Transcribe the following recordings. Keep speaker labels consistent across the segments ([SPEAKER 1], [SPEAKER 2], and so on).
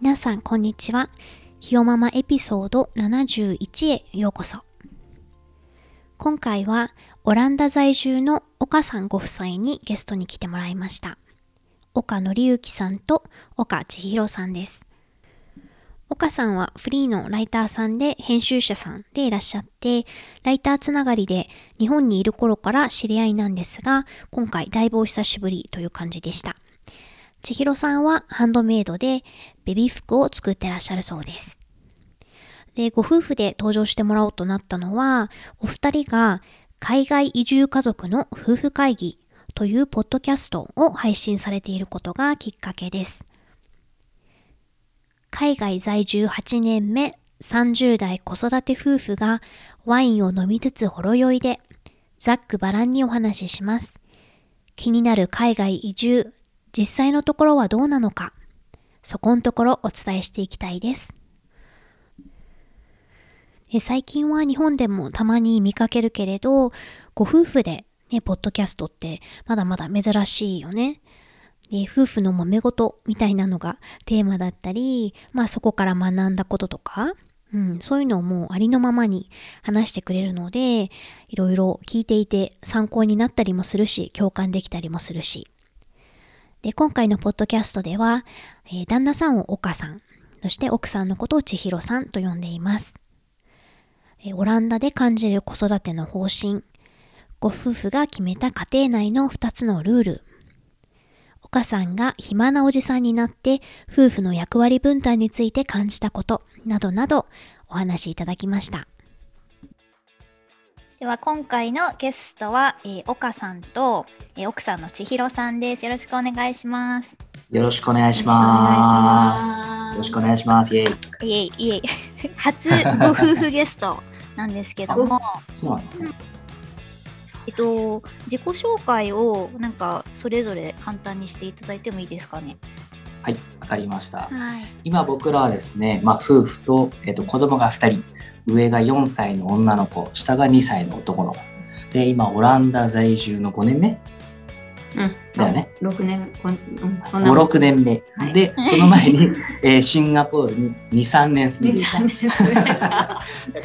[SPEAKER 1] 皆さんこんにちはひよママエピソード71へようこそ今回はオランダ在住の岡さんご夫妻にゲストに来てもらいました岡則之さんと岡千尋さんです岡さんはフリーのライターさんで編集者さんでいらっしゃってライターつながりで日本にいる頃から知り合いなんですが今回だいぶお久しぶりという感じでした千尋さんはハンドメイドでベビー服を作ってらっしゃるそうですで、ご夫婦で登場してもらおうとなったのは、お二人が海外移住家族の夫婦会議というポッドキャストを配信されていることがきっかけです。海外在住8年目、30代子育て夫婦がワインを飲みつつほろ酔いで、ざっくばらんにお話しします。気になる海外移住、実際のところはどうなのか、そこんところお伝えしていきたいです。え最近は日本でもたまに見かけるけれどご夫婦でねポッドキャストってまだまだ珍しいよね。で夫婦の揉め事みたいなのがテーマだったり、まあ、そこから学んだこととか、うん、そういうのをもうありのままに話してくれるのでいろいろ聞いていて参考になったりもするし共感できたりもするしで今回のポッドキャストでは、えー旦那さんを岡さんそして奥さんのことを千尋さんと呼んでいます。えーオランダで感じる子育ての方針、ご夫婦が決めた家庭内の2つのルール、岡さんが暇なおじさんになって夫婦の役割分担について感じたことなどなどお話しいただきました。
[SPEAKER 2] では今回のゲストは、えー、岡さんと、えー、奥さんの千尋さんです。よろしくお願いします。
[SPEAKER 3] よろしくお願いします。よろ
[SPEAKER 2] よ
[SPEAKER 3] しくお願いします。イェイ。
[SPEAKER 2] ろしくお願いします。いえいえ、 初ご夫婦ゲストなんですけ ども、
[SPEAKER 3] そうなんですね。
[SPEAKER 2] えっと自己紹介をなんかそれぞれ簡単にしていただいてもいいですかね。
[SPEAKER 3] はい、わかりました。
[SPEAKER 2] はい。
[SPEAKER 3] 今僕らはですね、まあ、夫婦と、えっと、子供が2人、上が4歳の女の子、下が2歳の男の子。で、今、オランダ在住の5年目
[SPEAKER 4] うん。
[SPEAKER 3] だよね。
[SPEAKER 4] 六年、こんうん、そんな
[SPEAKER 3] 5、
[SPEAKER 4] もん。
[SPEAKER 3] 6年目。
[SPEAKER 4] はい
[SPEAKER 3] で、その前に、えーシンガポールに2、3年住んでいた。
[SPEAKER 4] 2 3年する。
[SPEAKER 3] だか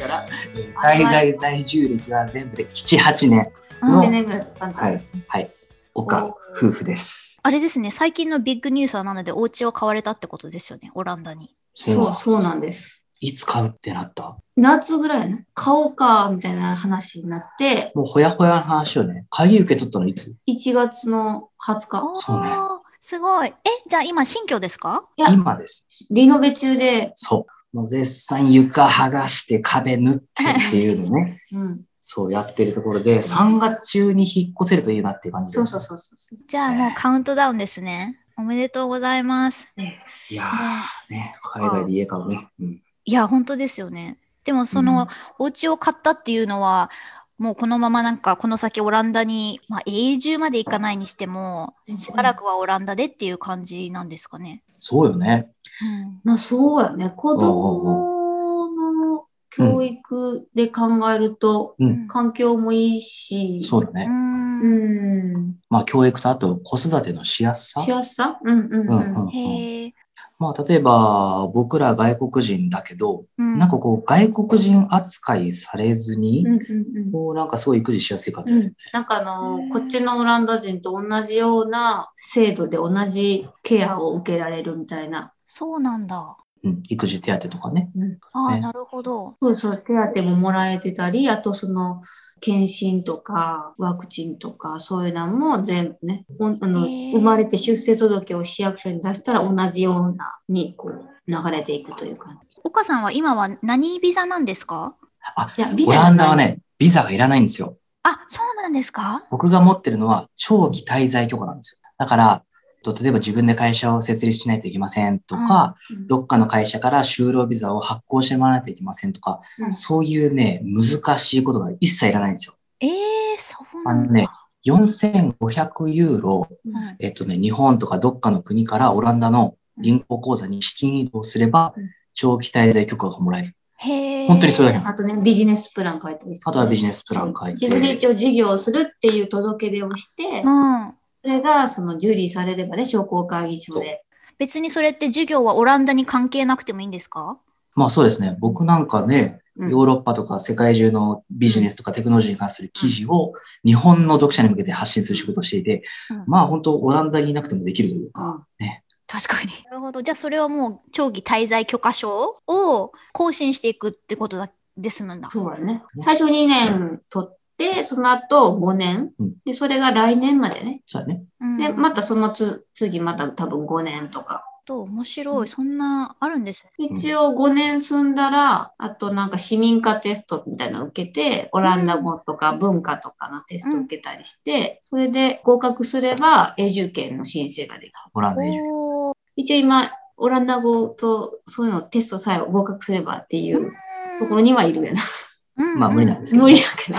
[SPEAKER 3] ら、えー海外在住歴は全部で7、8年。
[SPEAKER 2] あ
[SPEAKER 4] 8年ぐらい経ったんじゃな。
[SPEAKER 3] はいい、はい。岡夫婦です。
[SPEAKER 2] あれですね、最近のビッグニュースはなのでお家を買われたってことですよね、オランダに。
[SPEAKER 4] そう、そうなんん
[SPEAKER 3] で
[SPEAKER 4] です。
[SPEAKER 3] す。いつ買うってなった
[SPEAKER 4] 夏ぐらいやね、買おうか、みたいな話になって、
[SPEAKER 3] もうほやほやの話よね。鍵受け取ったのいつ
[SPEAKER 4] 1月の20日。
[SPEAKER 3] そうね
[SPEAKER 2] おーすごい。え、じゃあ今新居ですか
[SPEAKER 4] いや
[SPEAKER 3] 今です。
[SPEAKER 4] リノベ中で、
[SPEAKER 3] そう。もう絶賛床剥がして壁塗ってっていうの ね。
[SPEAKER 4] うん。
[SPEAKER 3] そうやってるところで、3月中に引っ越せるといいなっていう感じで。
[SPEAKER 4] そうそうそうそうそう。
[SPEAKER 2] じゃあもうカウントダウンですね。おめでとうございます。
[SPEAKER 3] う。いやーね、海外で家買うね。うん。
[SPEAKER 2] いや、本当ですよね。でも、その、お家を買ったっていうのは、もうこのままなんか、この先オランダに、まあ、永住まで行かないにしても、しばらくはオランダでっていう感じなんですかね。
[SPEAKER 3] そうよね。
[SPEAKER 4] まあそうやね。子供の教育で考えると、
[SPEAKER 3] うん
[SPEAKER 2] うん
[SPEAKER 4] 環境もいいし、
[SPEAKER 3] そうだ
[SPEAKER 2] う
[SPEAKER 3] ね。
[SPEAKER 2] ん
[SPEAKER 4] う。ん。
[SPEAKER 3] まあ、教育とあと子育てのしやすさ。
[SPEAKER 4] 幸せさうんうん
[SPEAKER 3] うんう
[SPEAKER 4] うんん。
[SPEAKER 3] うん。
[SPEAKER 2] へえ。
[SPEAKER 3] まあ、例えば、僕ら外国人だけど、
[SPEAKER 2] うん
[SPEAKER 3] なんかこう、外国人扱いされずに、
[SPEAKER 4] うんうんうん。
[SPEAKER 3] こうなんかすごい育児しやすい感じ、
[SPEAKER 4] うん、なんかあの、
[SPEAKER 2] うん
[SPEAKER 4] こっちのオランダ人と同じような制度で同じケアを受けられるみたいな。
[SPEAKER 2] そうなんだ。
[SPEAKER 3] うん育児手当とかね。
[SPEAKER 2] ああ、
[SPEAKER 3] ね
[SPEAKER 2] なるほど。
[SPEAKER 4] そうそう、手当ももらえてたり、あとその、検診とかワクチンとかそういうのも全部ね、おあの
[SPEAKER 2] へー
[SPEAKER 4] 生まれて出生届を市役所に出したら同じようなにこう流れていくというか。
[SPEAKER 2] 岡さんは今は何ビザなんですか
[SPEAKER 4] いや、ビ
[SPEAKER 3] オ
[SPEAKER 4] ザじ
[SPEAKER 3] ラ
[SPEAKER 4] ゃ
[SPEAKER 3] ン
[SPEAKER 4] ない
[SPEAKER 3] ダはね、ビザがいらないんですよ。
[SPEAKER 2] あ、そうなんですか
[SPEAKER 3] 僕が持ってるのは長期滞在許可なんですよ。だから、と、例えば自分で会社を設立しないといけませんとか、
[SPEAKER 4] うん
[SPEAKER 3] どっかの会社から就労ビザを発行してもらわないといけませんとか、
[SPEAKER 4] うん
[SPEAKER 3] そういうね、難しいことが一切いらないんですよ。
[SPEAKER 2] ええそう
[SPEAKER 3] あ
[SPEAKER 2] な
[SPEAKER 3] の
[SPEAKER 2] んだ。
[SPEAKER 3] ね、4500ユーロ、
[SPEAKER 2] うん
[SPEAKER 3] えっとね、日本とかどっかの国からオランダの銀行口座に資金移動すれば
[SPEAKER 4] うん、
[SPEAKER 3] 長期滞在許可がもらえる。
[SPEAKER 2] へえ。
[SPEAKER 3] 本当にそれだけなんです。
[SPEAKER 4] あとね、ビジネスプラン書いたり
[SPEAKER 3] あとはビジ
[SPEAKER 4] ネス
[SPEAKER 3] ネスプラン書い
[SPEAKER 4] 自分で
[SPEAKER 3] て。
[SPEAKER 4] 一応事業をするっていう届け出をして、
[SPEAKER 2] うん。
[SPEAKER 4] それがその受理されればね、商工会議所で。
[SPEAKER 2] 別にそれって授業はオランダに関係なくてもいいんですか
[SPEAKER 3] まあそうですね。僕なんかね、
[SPEAKER 4] うん
[SPEAKER 3] ヨーロッパとか世界中のビジネスとかテクノロジーに関する記事を日本の読者に向けて発信する仕事をしていて、
[SPEAKER 2] うん
[SPEAKER 3] まあ本当オランダにいなくてもできるというか、
[SPEAKER 2] 確かに。なるほど。じゃあそれはもう長期滞在許可証を更新していくってことだですもんだ。
[SPEAKER 4] そうだね。最初2年取って、その後5年
[SPEAKER 3] うん。
[SPEAKER 4] で、それが来年までね。
[SPEAKER 3] そうだね。
[SPEAKER 2] うん
[SPEAKER 4] で、またそのつ次また多分5年とか。
[SPEAKER 2] と面白い。そんなあるんですね。
[SPEAKER 4] 一応5年住んだら、あとなんか市民化テストみたいなの受けて、オランダ語とか文化とかのテスト受けたりして、それで合格すれば永住権の申請ができる。
[SPEAKER 3] オランダ移住。
[SPEAKER 2] おー
[SPEAKER 4] 一応今、オランダ語とそういうのテストさえ合格すればっていうところ
[SPEAKER 2] に、
[SPEAKER 4] にはいるよな。
[SPEAKER 2] うん
[SPEAKER 3] まあ無理なんですけど。
[SPEAKER 4] 無理だけど。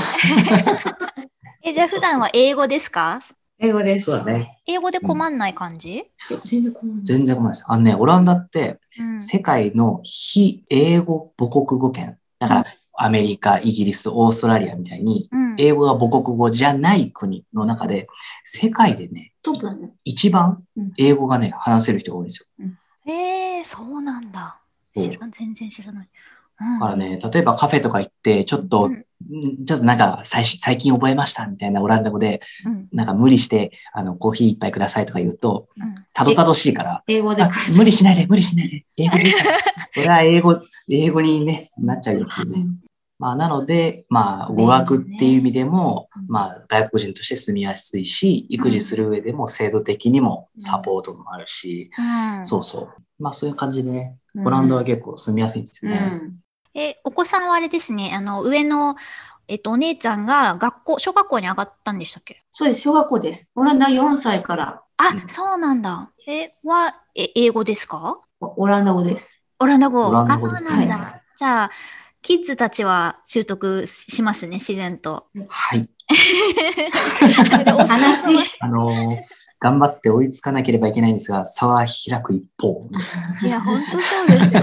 [SPEAKER 2] え、じゃあ普段は英語ですか
[SPEAKER 4] 英語です。
[SPEAKER 3] そうだね。
[SPEAKER 2] 英語で困んない感じ、
[SPEAKER 4] でも全然こう。
[SPEAKER 3] 全然ごめんなさい。あのね、オランダって
[SPEAKER 2] うん
[SPEAKER 3] 世界の非英語母国語圏。だからアメリカ、イギリス、オーストラリアみたいに
[SPEAKER 2] うん
[SPEAKER 3] 英語が母国語じゃない国の中で、世界でね、
[SPEAKER 4] トップなんだ。
[SPEAKER 3] 一番
[SPEAKER 4] うん
[SPEAKER 3] 英語がね、話せる人が多いんですよ。
[SPEAKER 2] えー、そうなんだ。
[SPEAKER 3] そう
[SPEAKER 2] 知らん全然知らない。
[SPEAKER 3] だからね、例えばカフェとか行って、ちょっと、
[SPEAKER 2] うん
[SPEAKER 3] んちょっとなんか最し最近覚えましたみたいなオランダ語で、
[SPEAKER 2] うんうん
[SPEAKER 3] なんか無理して、あの、コーヒー一杯くださいとか言うと、
[SPEAKER 2] うん
[SPEAKER 3] たどたどしいから、
[SPEAKER 4] 英語で
[SPEAKER 3] あ
[SPEAKER 4] 返
[SPEAKER 3] 無理しないで、無理しないで、英語でいいから。それは英語、英語に、ね、なっちゃうよっていうね。まあ、なので、まあ、語学っていう意味でも、
[SPEAKER 4] うん
[SPEAKER 3] まあ、外国人として住みやすいし、育児する上でも制度的にもサポートもあるし、
[SPEAKER 2] うん
[SPEAKER 3] そうそう。まあ、そういう感じでね、
[SPEAKER 4] うん
[SPEAKER 3] オランダは結構住みやすいんです
[SPEAKER 4] う
[SPEAKER 3] よね。
[SPEAKER 4] ん。
[SPEAKER 2] え、お子さんはあれですね、あの、上の、えっと、お姉ちゃんが学校、小学校に上がったんでしたっけ
[SPEAKER 4] そうです。小学校です。オランダ4歳から
[SPEAKER 2] あ、
[SPEAKER 3] うん
[SPEAKER 2] そうなんだ。え、は、え、英語ですか
[SPEAKER 4] オランダ語です。
[SPEAKER 2] オランダ語。
[SPEAKER 3] オランダ語で
[SPEAKER 2] あ、
[SPEAKER 3] す
[SPEAKER 2] そう
[SPEAKER 3] ね。
[SPEAKER 2] なんだ。じゃあ、キッズたちは習得ししますね、自 然と。
[SPEAKER 3] はい。
[SPEAKER 4] 悲しい。
[SPEAKER 3] あのー頑張って追いつかなければいけないんですが、差は開く一方。
[SPEAKER 2] いや、本当そうですよ。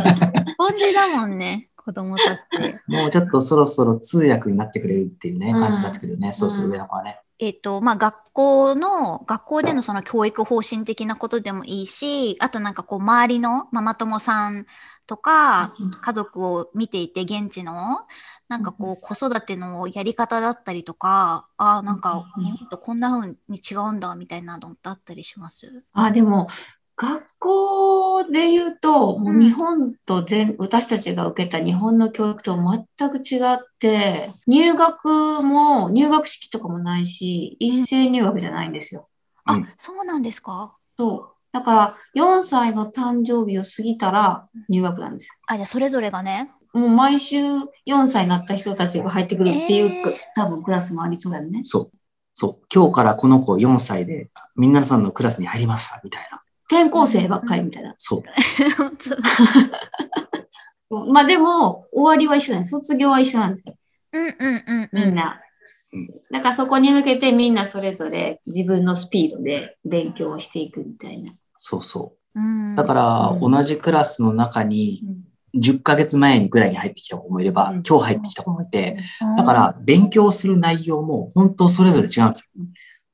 [SPEAKER 2] ポンジだもんね、子 供たち。
[SPEAKER 3] もうちょっとそろそろ通訳になってくれるっていうね、
[SPEAKER 4] うん
[SPEAKER 3] 感じになってくるよね。そうそう、上の子はね。
[SPEAKER 2] えっと、まあ、学校の、学校でのその教育方針的なことでもいいし、あとなんかこう、周りのママ友さんとか、家族を見ていて現地のなんかこう子育てのやり方だったりとかああなんか
[SPEAKER 4] うん
[SPEAKER 2] 日本とこんな風に違うんだみたいなのってあったりします
[SPEAKER 4] あ、でも、学校で言うと、もう日本と全、私たちが受けた日本の教育と全く違って、入学も、入学式とかもないし、一斉入学じゃないんですよ。
[SPEAKER 2] あ、
[SPEAKER 3] うん
[SPEAKER 2] そうなんですか
[SPEAKER 4] そう。だから、4歳の誕生日を過ぎたら入学なんです
[SPEAKER 2] あじゃあそれぞれがね
[SPEAKER 4] よ。もう毎週4歳になった人たちが入ってくるっていう、
[SPEAKER 2] えー
[SPEAKER 4] 多分クラスもありそうだよね。
[SPEAKER 3] そう。そう。今日からこの子4歳で、みんなさんのクラスに入りました、みたいな。
[SPEAKER 4] 転校生ばっかりみたいな。
[SPEAKER 3] そう。
[SPEAKER 4] そうまあでも、終わりは一緒なんです。卒業は一緒なんですよ。
[SPEAKER 2] うんうんうん
[SPEAKER 4] み
[SPEAKER 2] うんん
[SPEAKER 4] な
[SPEAKER 3] うん。
[SPEAKER 4] だからそこに向けてみんなそれぞれ自分のスピードで勉強をしていくみたいな。
[SPEAKER 3] そうそうう。
[SPEAKER 2] ん
[SPEAKER 3] だから、
[SPEAKER 4] うん
[SPEAKER 3] 同じクラスの中に、10ヶ月前ぐらいに入ってきた子もいれば
[SPEAKER 4] うん、
[SPEAKER 3] 今日入ってきた子もいて、
[SPEAKER 2] うん
[SPEAKER 3] だから、勉強する内容も本当それぞれ違うんですよ。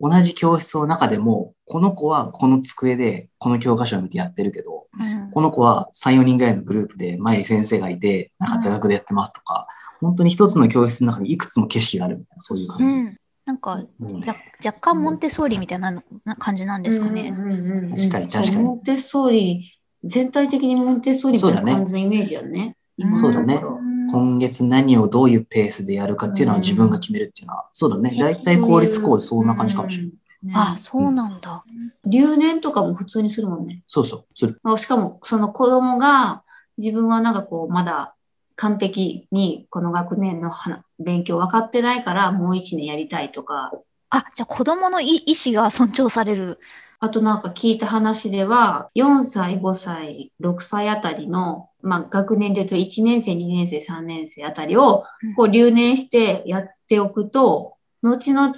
[SPEAKER 3] 同じ教室の中でも、この子はこの机で、この教科書を見てやってるけど、
[SPEAKER 2] うん
[SPEAKER 3] この子は3、4人ぐらいのグループで前に先生がいて、なんか座学でやってますとか、本当に一つの教室の中にいくつも景色があるみたいな、そういう
[SPEAKER 2] う
[SPEAKER 3] 感
[SPEAKER 2] んなんか
[SPEAKER 3] じ。もうね
[SPEAKER 2] や若干モンテソーリみたいなのな感じなんですかね、
[SPEAKER 4] うんうんうんうん
[SPEAKER 3] 確かに確かに
[SPEAKER 4] そうモンテッソーリ、全体的にモンテッソーリみたいな感じのイメージよね。
[SPEAKER 2] うん
[SPEAKER 3] そうだね
[SPEAKER 4] 今のところ
[SPEAKER 3] 今月何をどういうペースでやるかっていうのは自分が決めるっていうのは、そうだね。だいたい公立校そんな感じかもしれない。
[SPEAKER 4] うんね
[SPEAKER 2] あそうなんだ、
[SPEAKER 4] 留年とかも普通にするもんね。
[SPEAKER 3] そうそう、する。
[SPEAKER 4] しかも、その子供が自分はなんかこう、まだ完璧にこの学年の話勉強分かってないから、もう一年やりたいとか、
[SPEAKER 2] あじゃあ子供の意意思が尊重される
[SPEAKER 4] あとなんか聞いた話では、4歳、5歳、6歳あたりの、まあ学年で言うと1年生、2年生、3年生あたりを
[SPEAKER 2] うん、
[SPEAKER 4] こう留年してやっておくと、後々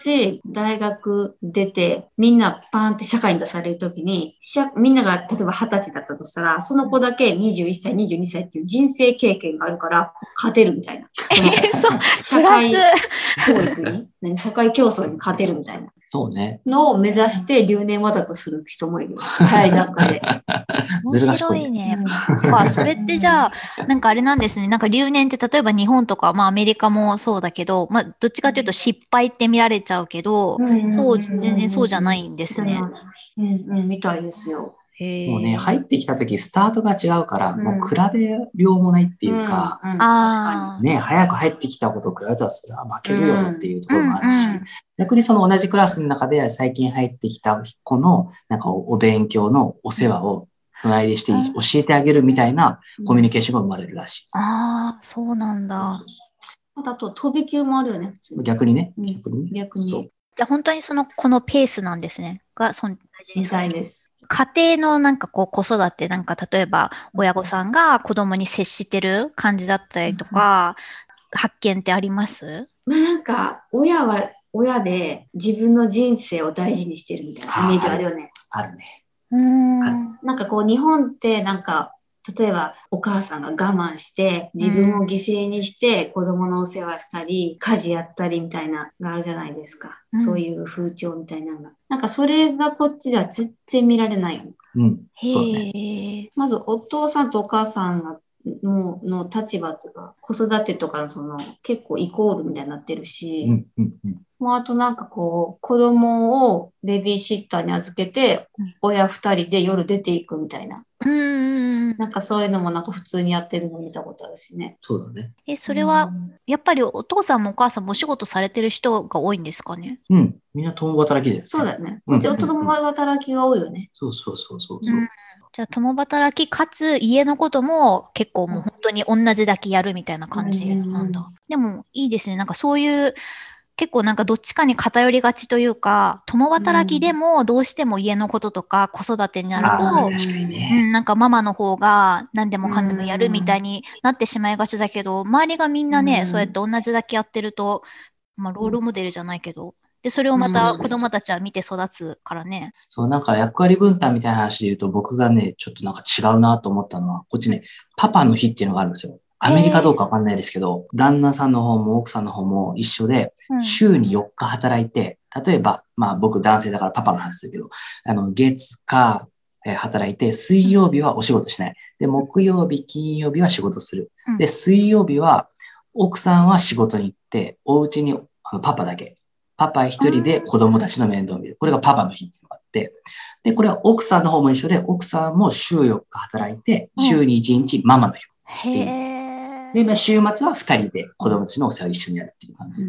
[SPEAKER 4] 大学出て、みんなパーンって社会に出されるときに、社みんなが例えば20歳だったとしたら、その子だけ21歳、22歳っていう人生経験があるから、勝てるみたい な。
[SPEAKER 2] そう、
[SPEAKER 4] 社
[SPEAKER 2] プラ
[SPEAKER 4] 会
[SPEAKER 2] ス。
[SPEAKER 4] 教育に、何社会競争に勝てるみたいな。
[SPEAKER 3] そうね。
[SPEAKER 4] のを目指して留年わざとする人もい る。早い段階で。
[SPEAKER 3] ず
[SPEAKER 2] 面
[SPEAKER 3] る賢
[SPEAKER 2] 白
[SPEAKER 3] い
[SPEAKER 2] いね。そっか、それってじゃあ、なんかあれなんですね。なんか留年って例えば日本とか、まあアメリカもそうだけど、まあどっちかというと失敗って見られちゃうけど、そう、全然そうじゃないんで
[SPEAKER 4] です
[SPEAKER 2] ね。。
[SPEAKER 4] うんうん、みたいですよ。
[SPEAKER 2] へえ。
[SPEAKER 3] もうね、入ってきた時スタートが違うから、
[SPEAKER 4] うん
[SPEAKER 3] もう比べようもないっていうか、
[SPEAKER 4] ん、うん
[SPEAKER 2] あー
[SPEAKER 3] ね、早く入ってきたことを比べたらそれは負けるよねっていうところもあるし、
[SPEAKER 2] うんうん
[SPEAKER 3] 逆にその同じクラスの中で最近入ってきた子のなんかおお勉強のお世話を隣でして
[SPEAKER 2] うん
[SPEAKER 3] 教えてあげるみたいなコミュニケーションが生まれるらしいです。
[SPEAKER 2] ああ、そうなんだ。
[SPEAKER 4] あとあと、飛び級もあるよね、普通に。
[SPEAKER 3] 逆にね、
[SPEAKER 4] うん
[SPEAKER 3] 逆にね。
[SPEAKER 4] 逆に
[SPEAKER 3] そう
[SPEAKER 2] じゃあ本当にその、このペースなんですね。が、その大事に
[SPEAKER 4] み
[SPEAKER 2] さ
[SPEAKER 4] た
[SPEAKER 2] れ
[SPEAKER 4] い
[SPEAKER 2] る。
[SPEAKER 4] です。
[SPEAKER 2] 家庭のなんかこう子育て、なんか例えば親御さんが子供に接してる感じだったりとか、発見ってあります
[SPEAKER 4] まあなんか、親は親で自分の人生を大事にしてるみたいなイメージあるよね。
[SPEAKER 3] あるね。
[SPEAKER 2] うーん。
[SPEAKER 4] なんかこう日本ってなんか例えばお母さんが我慢して自分を犠牲にして子供のお世話したり家事やったりみたいなのがあるじゃないですか、
[SPEAKER 2] うん
[SPEAKER 4] そういう風潮みたいなのがなんかそれがこっちでは全然見られないよね
[SPEAKER 3] うん。そうだね。
[SPEAKER 2] へえ。
[SPEAKER 4] まずお父さんとお母さんがもうの立場とか子育てとかのその結構イコールみたいになってるし、
[SPEAKER 3] うんうんうん。
[SPEAKER 4] もうあとなんかこう子供をベビーシッターに預けて
[SPEAKER 2] うん
[SPEAKER 4] 親二人で夜出ていくみたいな
[SPEAKER 2] うーん。
[SPEAKER 4] なんかそういうのもなんか普通にやってるの見たことあるしね。
[SPEAKER 3] そうだね。
[SPEAKER 2] え、それは、やっぱりお父さんもお母さんもお仕事されてる人が多いんですかね。
[SPEAKER 3] うん。みんな共働きだよね。
[SPEAKER 4] そうだよね。
[SPEAKER 3] うん
[SPEAKER 4] こっちお供が働きが多いよね。
[SPEAKER 3] そうそうそうそう。
[SPEAKER 2] うんじゃあ、共働きかつ家のことも結構もう本当に同じだけやるみたいな感じなん
[SPEAKER 4] うん
[SPEAKER 2] だ。でもいいですね。なんかそういう、結構なんかどっちかに偏りがちというか、共働きでもどうしても家のこととか子育てにな
[SPEAKER 3] ああ、
[SPEAKER 2] ると、
[SPEAKER 3] 確かに
[SPEAKER 2] う
[SPEAKER 3] ね。
[SPEAKER 2] ん、なんかママの方が何でもかんでもやるみたいになってしまいがちだけど、周りがみんなね、
[SPEAKER 4] うん
[SPEAKER 2] そうやって同じだけやってると、まあ、ロールモデルじゃないけど、で、それをま
[SPEAKER 4] う
[SPEAKER 2] た
[SPEAKER 4] ん
[SPEAKER 2] 子供たちは見て育つからね。
[SPEAKER 3] そう、なんか役割分担みたいな話で言うと、僕がね、ちょっとなんか違うなと思ったのは、こっちね、パパの日っていうのがあるんですよ。アメリカどうかわかんないですけど、旦那さんの方も奥さんの方も一緒で、
[SPEAKER 2] うん
[SPEAKER 3] 週に4日働いて、例えば、まあ僕男性だからパパの話するけど、あの、月、火、えー働いて、水曜日はお仕事しない。で、木曜日、金曜日は仕事する
[SPEAKER 2] うん。
[SPEAKER 3] で、水曜日は、奥さんは仕事に行って、お家にあのパパだけ。パパ一人で子供たちの面倒を見る。これがパパの日っていうのがあって。で、これは奥さんの方も一緒で、奥さんも週4日働いて、週に1日ママの日。
[SPEAKER 2] へえ。
[SPEAKER 3] で、まあ週末は二人で子供たちのお世話を一緒にやるっていう感じ。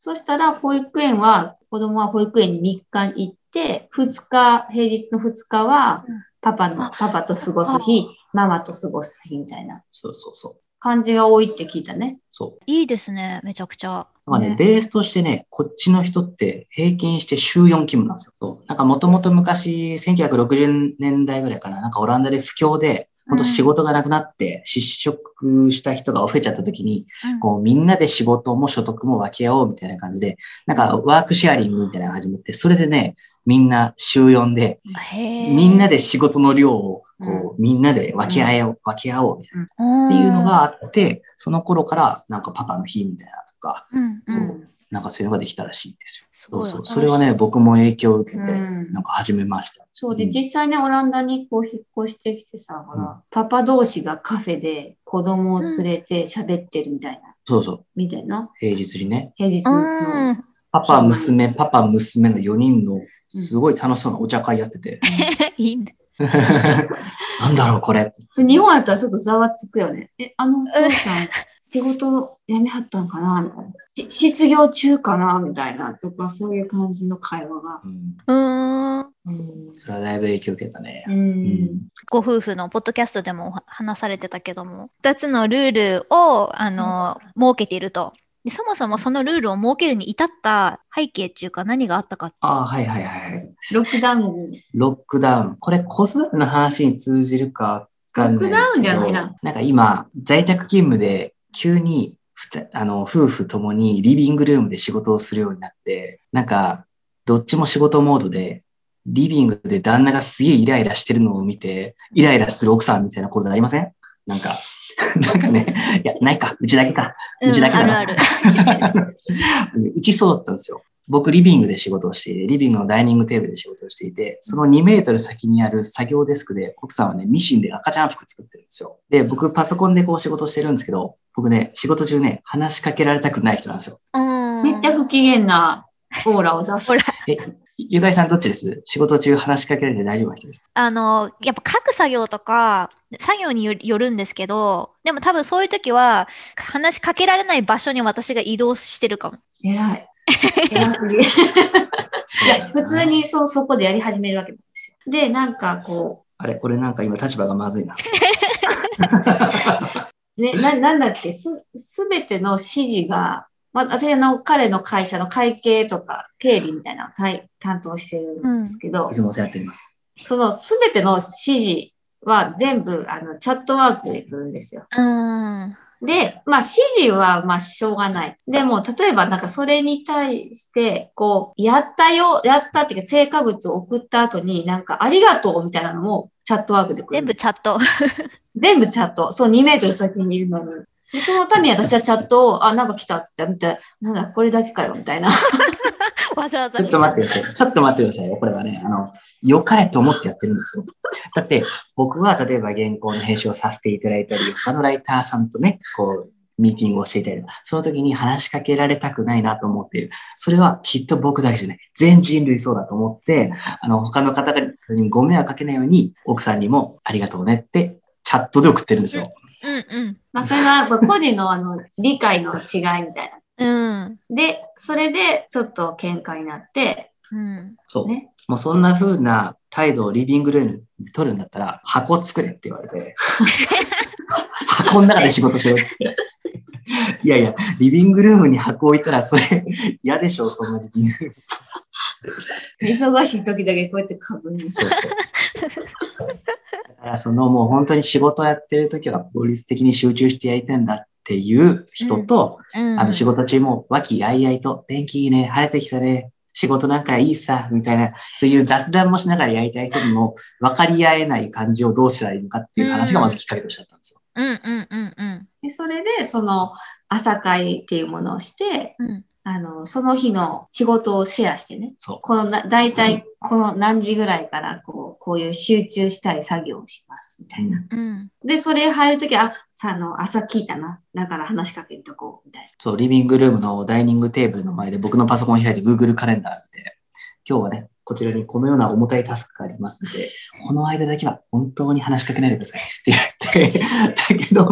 [SPEAKER 4] そしたら保育園は、子供は保育園に3日に行って、2日、平日の2日は
[SPEAKER 2] うん
[SPEAKER 4] パパの、パパと過ごす日、ママと過ごす日みたいな
[SPEAKER 3] そうそうそう。
[SPEAKER 4] 感じが多いって聞いたね。
[SPEAKER 3] そう。
[SPEAKER 2] いいですね、めちゃくちゃ。
[SPEAKER 3] まあね、
[SPEAKER 4] ね
[SPEAKER 3] ベースとしてね、こっちの人って平均して週4勤務なんですよ。そうなんかもともと昔、1960年代ぐらいかな、なんかオランダで不況で、本当仕事がなくなって失職した人が増えちゃった時に、
[SPEAKER 2] うん
[SPEAKER 3] こうみんなで仕事も所得も分け合おうみたいな感じで、なんかワークシェアリングみたいなのが始まって、それでね、みんな週4で、
[SPEAKER 2] へえ
[SPEAKER 3] みんなで仕事の量をこう、みんなで分け合え、う分け合おうみたいな。っていうの、があって、その頃からなんかパパの日みたいなとか、
[SPEAKER 2] うんうん
[SPEAKER 3] そうんなんかそういうのができたらしいんですよ。
[SPEAKER 2] す
[SPEAKER 3] そう
[SPEAKER 2] ごい
[SPEAKER 3] そう。それはね、僕も影響を受けて、
[SPEAKER 4] うん
[SPEAKER 3] なんか始めました。
[SPEAKER 4] そうで、
[SPEAKER 3] うん
[SPEAKER 4] 実際ね、オランダにこう引っ越してきてさ、ほら、パパ同士がカフェで子供を連れて喋ってるみたいな、
[SPEAKER 3] そうそう。
[SPEAKER 4] みたいな、
[SPEAKER 3] 平日にね、
[SPEAKER 4] 平日の
[SPEAKER 2] うん。
[SPEAKER 3] パパ、娘、パパ、娘の4人の、すごい楽しそうなお茶会やってて、
[SPEAKER 2] いいね。
[SPEAKER 3] なんだろう、これ。
[SPEAKER 4] そう日本やったらちょっとざわつくよね。え、あのお父さん、仕事辞めはったんかなみたいな。し失業中かなみたいな。とか、そういう感じの会話が。
[SPEAKER 3] うん、
[SPEAKER 2] うーん。
[SPEAKER 3] それはだいぶ影響を受けたね。
[SPEAKER 4] う。
[SPEAKER 3] うん
[SPEAKER 2] ご夫婦のポッドキャストでもお話されてたけども、2つのルールを、あの、設けていると。でそもそもそのルールを設けるに至った背景っていうか何があったか。
[SPEAKER 3] ああ、はいはいはいはい。
[SPEAKER 4] ロックダウン。
[SPEAKER 3] ロックダウン。これ子育ての話に通じるかわかんないけど。
[SPEAKER 4] ロックダウンじゃないな。
[SPEAKER 3] なんか今、在宅勤務で急にふたあの夫婦ともにリビングルームで仕事をするようになって、なんかどっちも仕事モードで、リビングで旦那がすげえイライラしてるのを見て、イライラする奥さんみたいな構図ありませんなんか、 なんかね、いや、ないか、うちだけか。うちだけ
[SPEAKER 2] あ
[SPEAKER 3] だ
[SPEAKER 2] る
[SPEAKER 3] な
[SPEAKER 2] ある。
[SPEAKER 3] うちそうだったんですよ。僕、リビングで仕事をしていて、リビングのダイニングテーブルで仕事をしていて、その2メートル先にある作業デスクで、奥さんはね、ミシンで赤ちゃん服作ってるんですよ。で、僕、パソコンでこう仕事してるんですけど、僕ね、仕事中ね、話しかけられたくない人なんですよ。
[SPEAKER 1] うん
[SPEAKER 4] めっちゃ不機嫌なオーラを出す。
[SPEAKER 2] オーラ
[SPEAKER 3] え、ゆかりさんどっちです仕事中話しかけられて大丈夫な人ですか
[SPEAKER 2] あの、やっぱ書く作業とか、作業によよるんですけど、でも多分そういう時は、話しかけられない場所に私が移動してるかも。
[SPEAKER 4] 偉い。偉すぎ。いや、普通。にそう、そこでやり始めるわけなんですよ。で、なんかこ
[SPEAKER 3] あれ、これなんか今立場がまずいな。
[SPEAKER 4] う、ね、な、なんだっけ、す、すべての指示が、まあ、私の彼の会社の会計とか経理みたいなのを担担当してるんですけど、
[SPEAKER 3] いつもお世話になっております。
[SPEAKER 4] そのすべての指示は全部あのチャットワークで来るんですよ。
[SPEAKER 2] うん。
[SPEAKER 4] で、まあ指示はまあしょうがない。でも、例えばなんかそれに対して、こう、やったよ、やったっていうか成果物を送った後になんかありがとうみたいなのもチャットワークで来る
[SPEAKER 2] 全
[SPEAKER 4] ん
[SPEAKER 2] 部
[SPEAKER 4] です。
[SPEAKER 2] チャ ット。
[SPEAKER 4] 全部チャット。そう、2メートル先にいるのに。でそのために私はチャットを、あ、なんか来たって言ったら、なんだ、これだけかよ、みたいな。
[SPEAKER 2] わざわざ
[SPEAKER 3] ちょっと待ってください。ちょっと待ってくださいよ。これはね、あの、良かれと思ってやってるんですよ。だって、僕は例えば原稿の編集をさせていただいたり、他のライターさんとね、こう、ミーティングをしていたり、その時に話しかけられたくないなと思っている。それはきっと僕だけじゃない。全人類そうだと思って、あの、他の方々にご迷惑かけないように、奥さんにもありがとうねって、チャットで送ってるんですよ。
[SPEAKER 2] うん
[SPEAKER 4] まあ、それはまあ個人のあの、理解の違いみたい
[SPEAKER 2] う
[SPEAKER 4] な。
[SPEAKER 2] ん。うん。
[SPEAKER 4] で、それでちょっと喧嘩になって、
[SPEAKER 2] うん。
[SPEAKER 3] そう。
[SPEAKER 4] ね
[SPEAKER 3] もうそんな風な態度をリビングルームで取るんだったら、箱作れって言われて、箱の中で仕事しろって。いやいや、リビングルームに箱置いたら、それ嫌でしょ、そんなリビングルーム。
[SPEAKER 4] 忙しい時だけこうやってかぶんです。
[SPEAKER 3] そうそう。だから、そのもう本当に仕事やってる時は効率的に集中してやりたいんだっていう人と、
[SPEAKER 2] うん。
[SPEAKER 3] あの仕事中も和気あいあいと、天気いいね、晴れてきたね、仕事なんかいいさ、みたいな、そういう雑談もしながらやりたい人にも分かり合えない感じをどうしたらいいのかっていう話がまずきっかけとしてあったんですよ。
[SPEAKER 2] うんうんうんうん。
[SPEAKER 4] で、それで、その、朝会っていうものをして、
[SPEAKER 2] うん
[SPEAKER 4] あの、その日の仕事をシェアしてね、
[SPEAKER 3] そ
[SPEAKER 4] このな、大体この何時ぐらいから、こう、こういう集中したい作業をします、みたいな。
[SPEAKER 3] う。
[SPEAKER 2] うん。
[SPEAKER 4] で、それ入るとき、あ、さ、あの、朝聞いたな。だから話しかけるとこう、みたいな。
[SPEAKER 3] そう、リビングルームのダイニングテーブルの前で僕のパソコン開いて Google カレンダーで、今日はね、こちらにこのような重たいタスクがありますので、この間だけは本当に話しかけないでくださいって言って、だけど、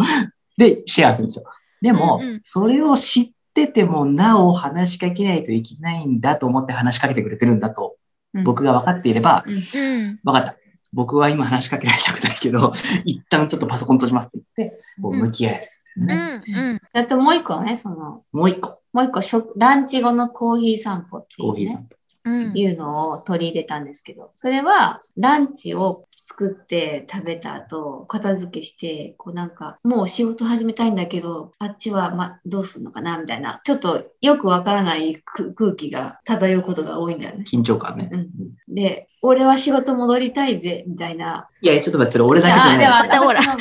[SPEAKER 3] で、シェアするんですよ。でも、
[SPEAKER 2] うんうん
[SPEAKER 3] それを知ってても、なお話しかけないといけないんだと思って話しかけてくれてるんだと、
[SPEAKER 4] うん
[SPEAKER 3] 僕が分かっていれば、
[SPEAKER 4] うん
[SPEAKER 2] うん。
[SPEAKER 3] 分かった。僕は今話しかけられたくないけど、 一旦ちょっとパソコン閉じますって言って、こう向き合える、
[SPEAKER 2] う
[SPEAKER 3] ね
[SPEAKER 2] んうん。
[SPEAKER 4] あともう一個はね、その、
[SPEAKER 3] もう一個、
[SPEAKER 4] もう一個食、ランチ後のコーヒー散歩ってい
[SPEAKER 3] コ
[SPEAKER 4] う、
[SPEAKER 3] ーヒ
[SPEAKER 4] ね、
[SPEAKER 3] ーさん。
[SPEAKER 2] うん。
[SPEAKER 4] いうのを取り入れたんですけど、それはランチを作って食べた後、片付けして、こうなんか、もう仕事始めたいんだけど、あっちはま、どうするのかなみたいな、ちょっとよくわからない空空気が漂うことが多いんだよね。
[SPEAKER 3] 緊張感ね。
[SPEAKER 4] うんで、俺は仕事戻りたいぜ、みたいな。
[SPEAKER 3] いや、ちょっと待って、それ俺だけじ
[SPEAKER 4] あ
[SPEAKER 3] ゃ
[SPEAKER 4] でも
[SPEAKER 3] ないですよ。
[SPEAKER 4] 私の場合も、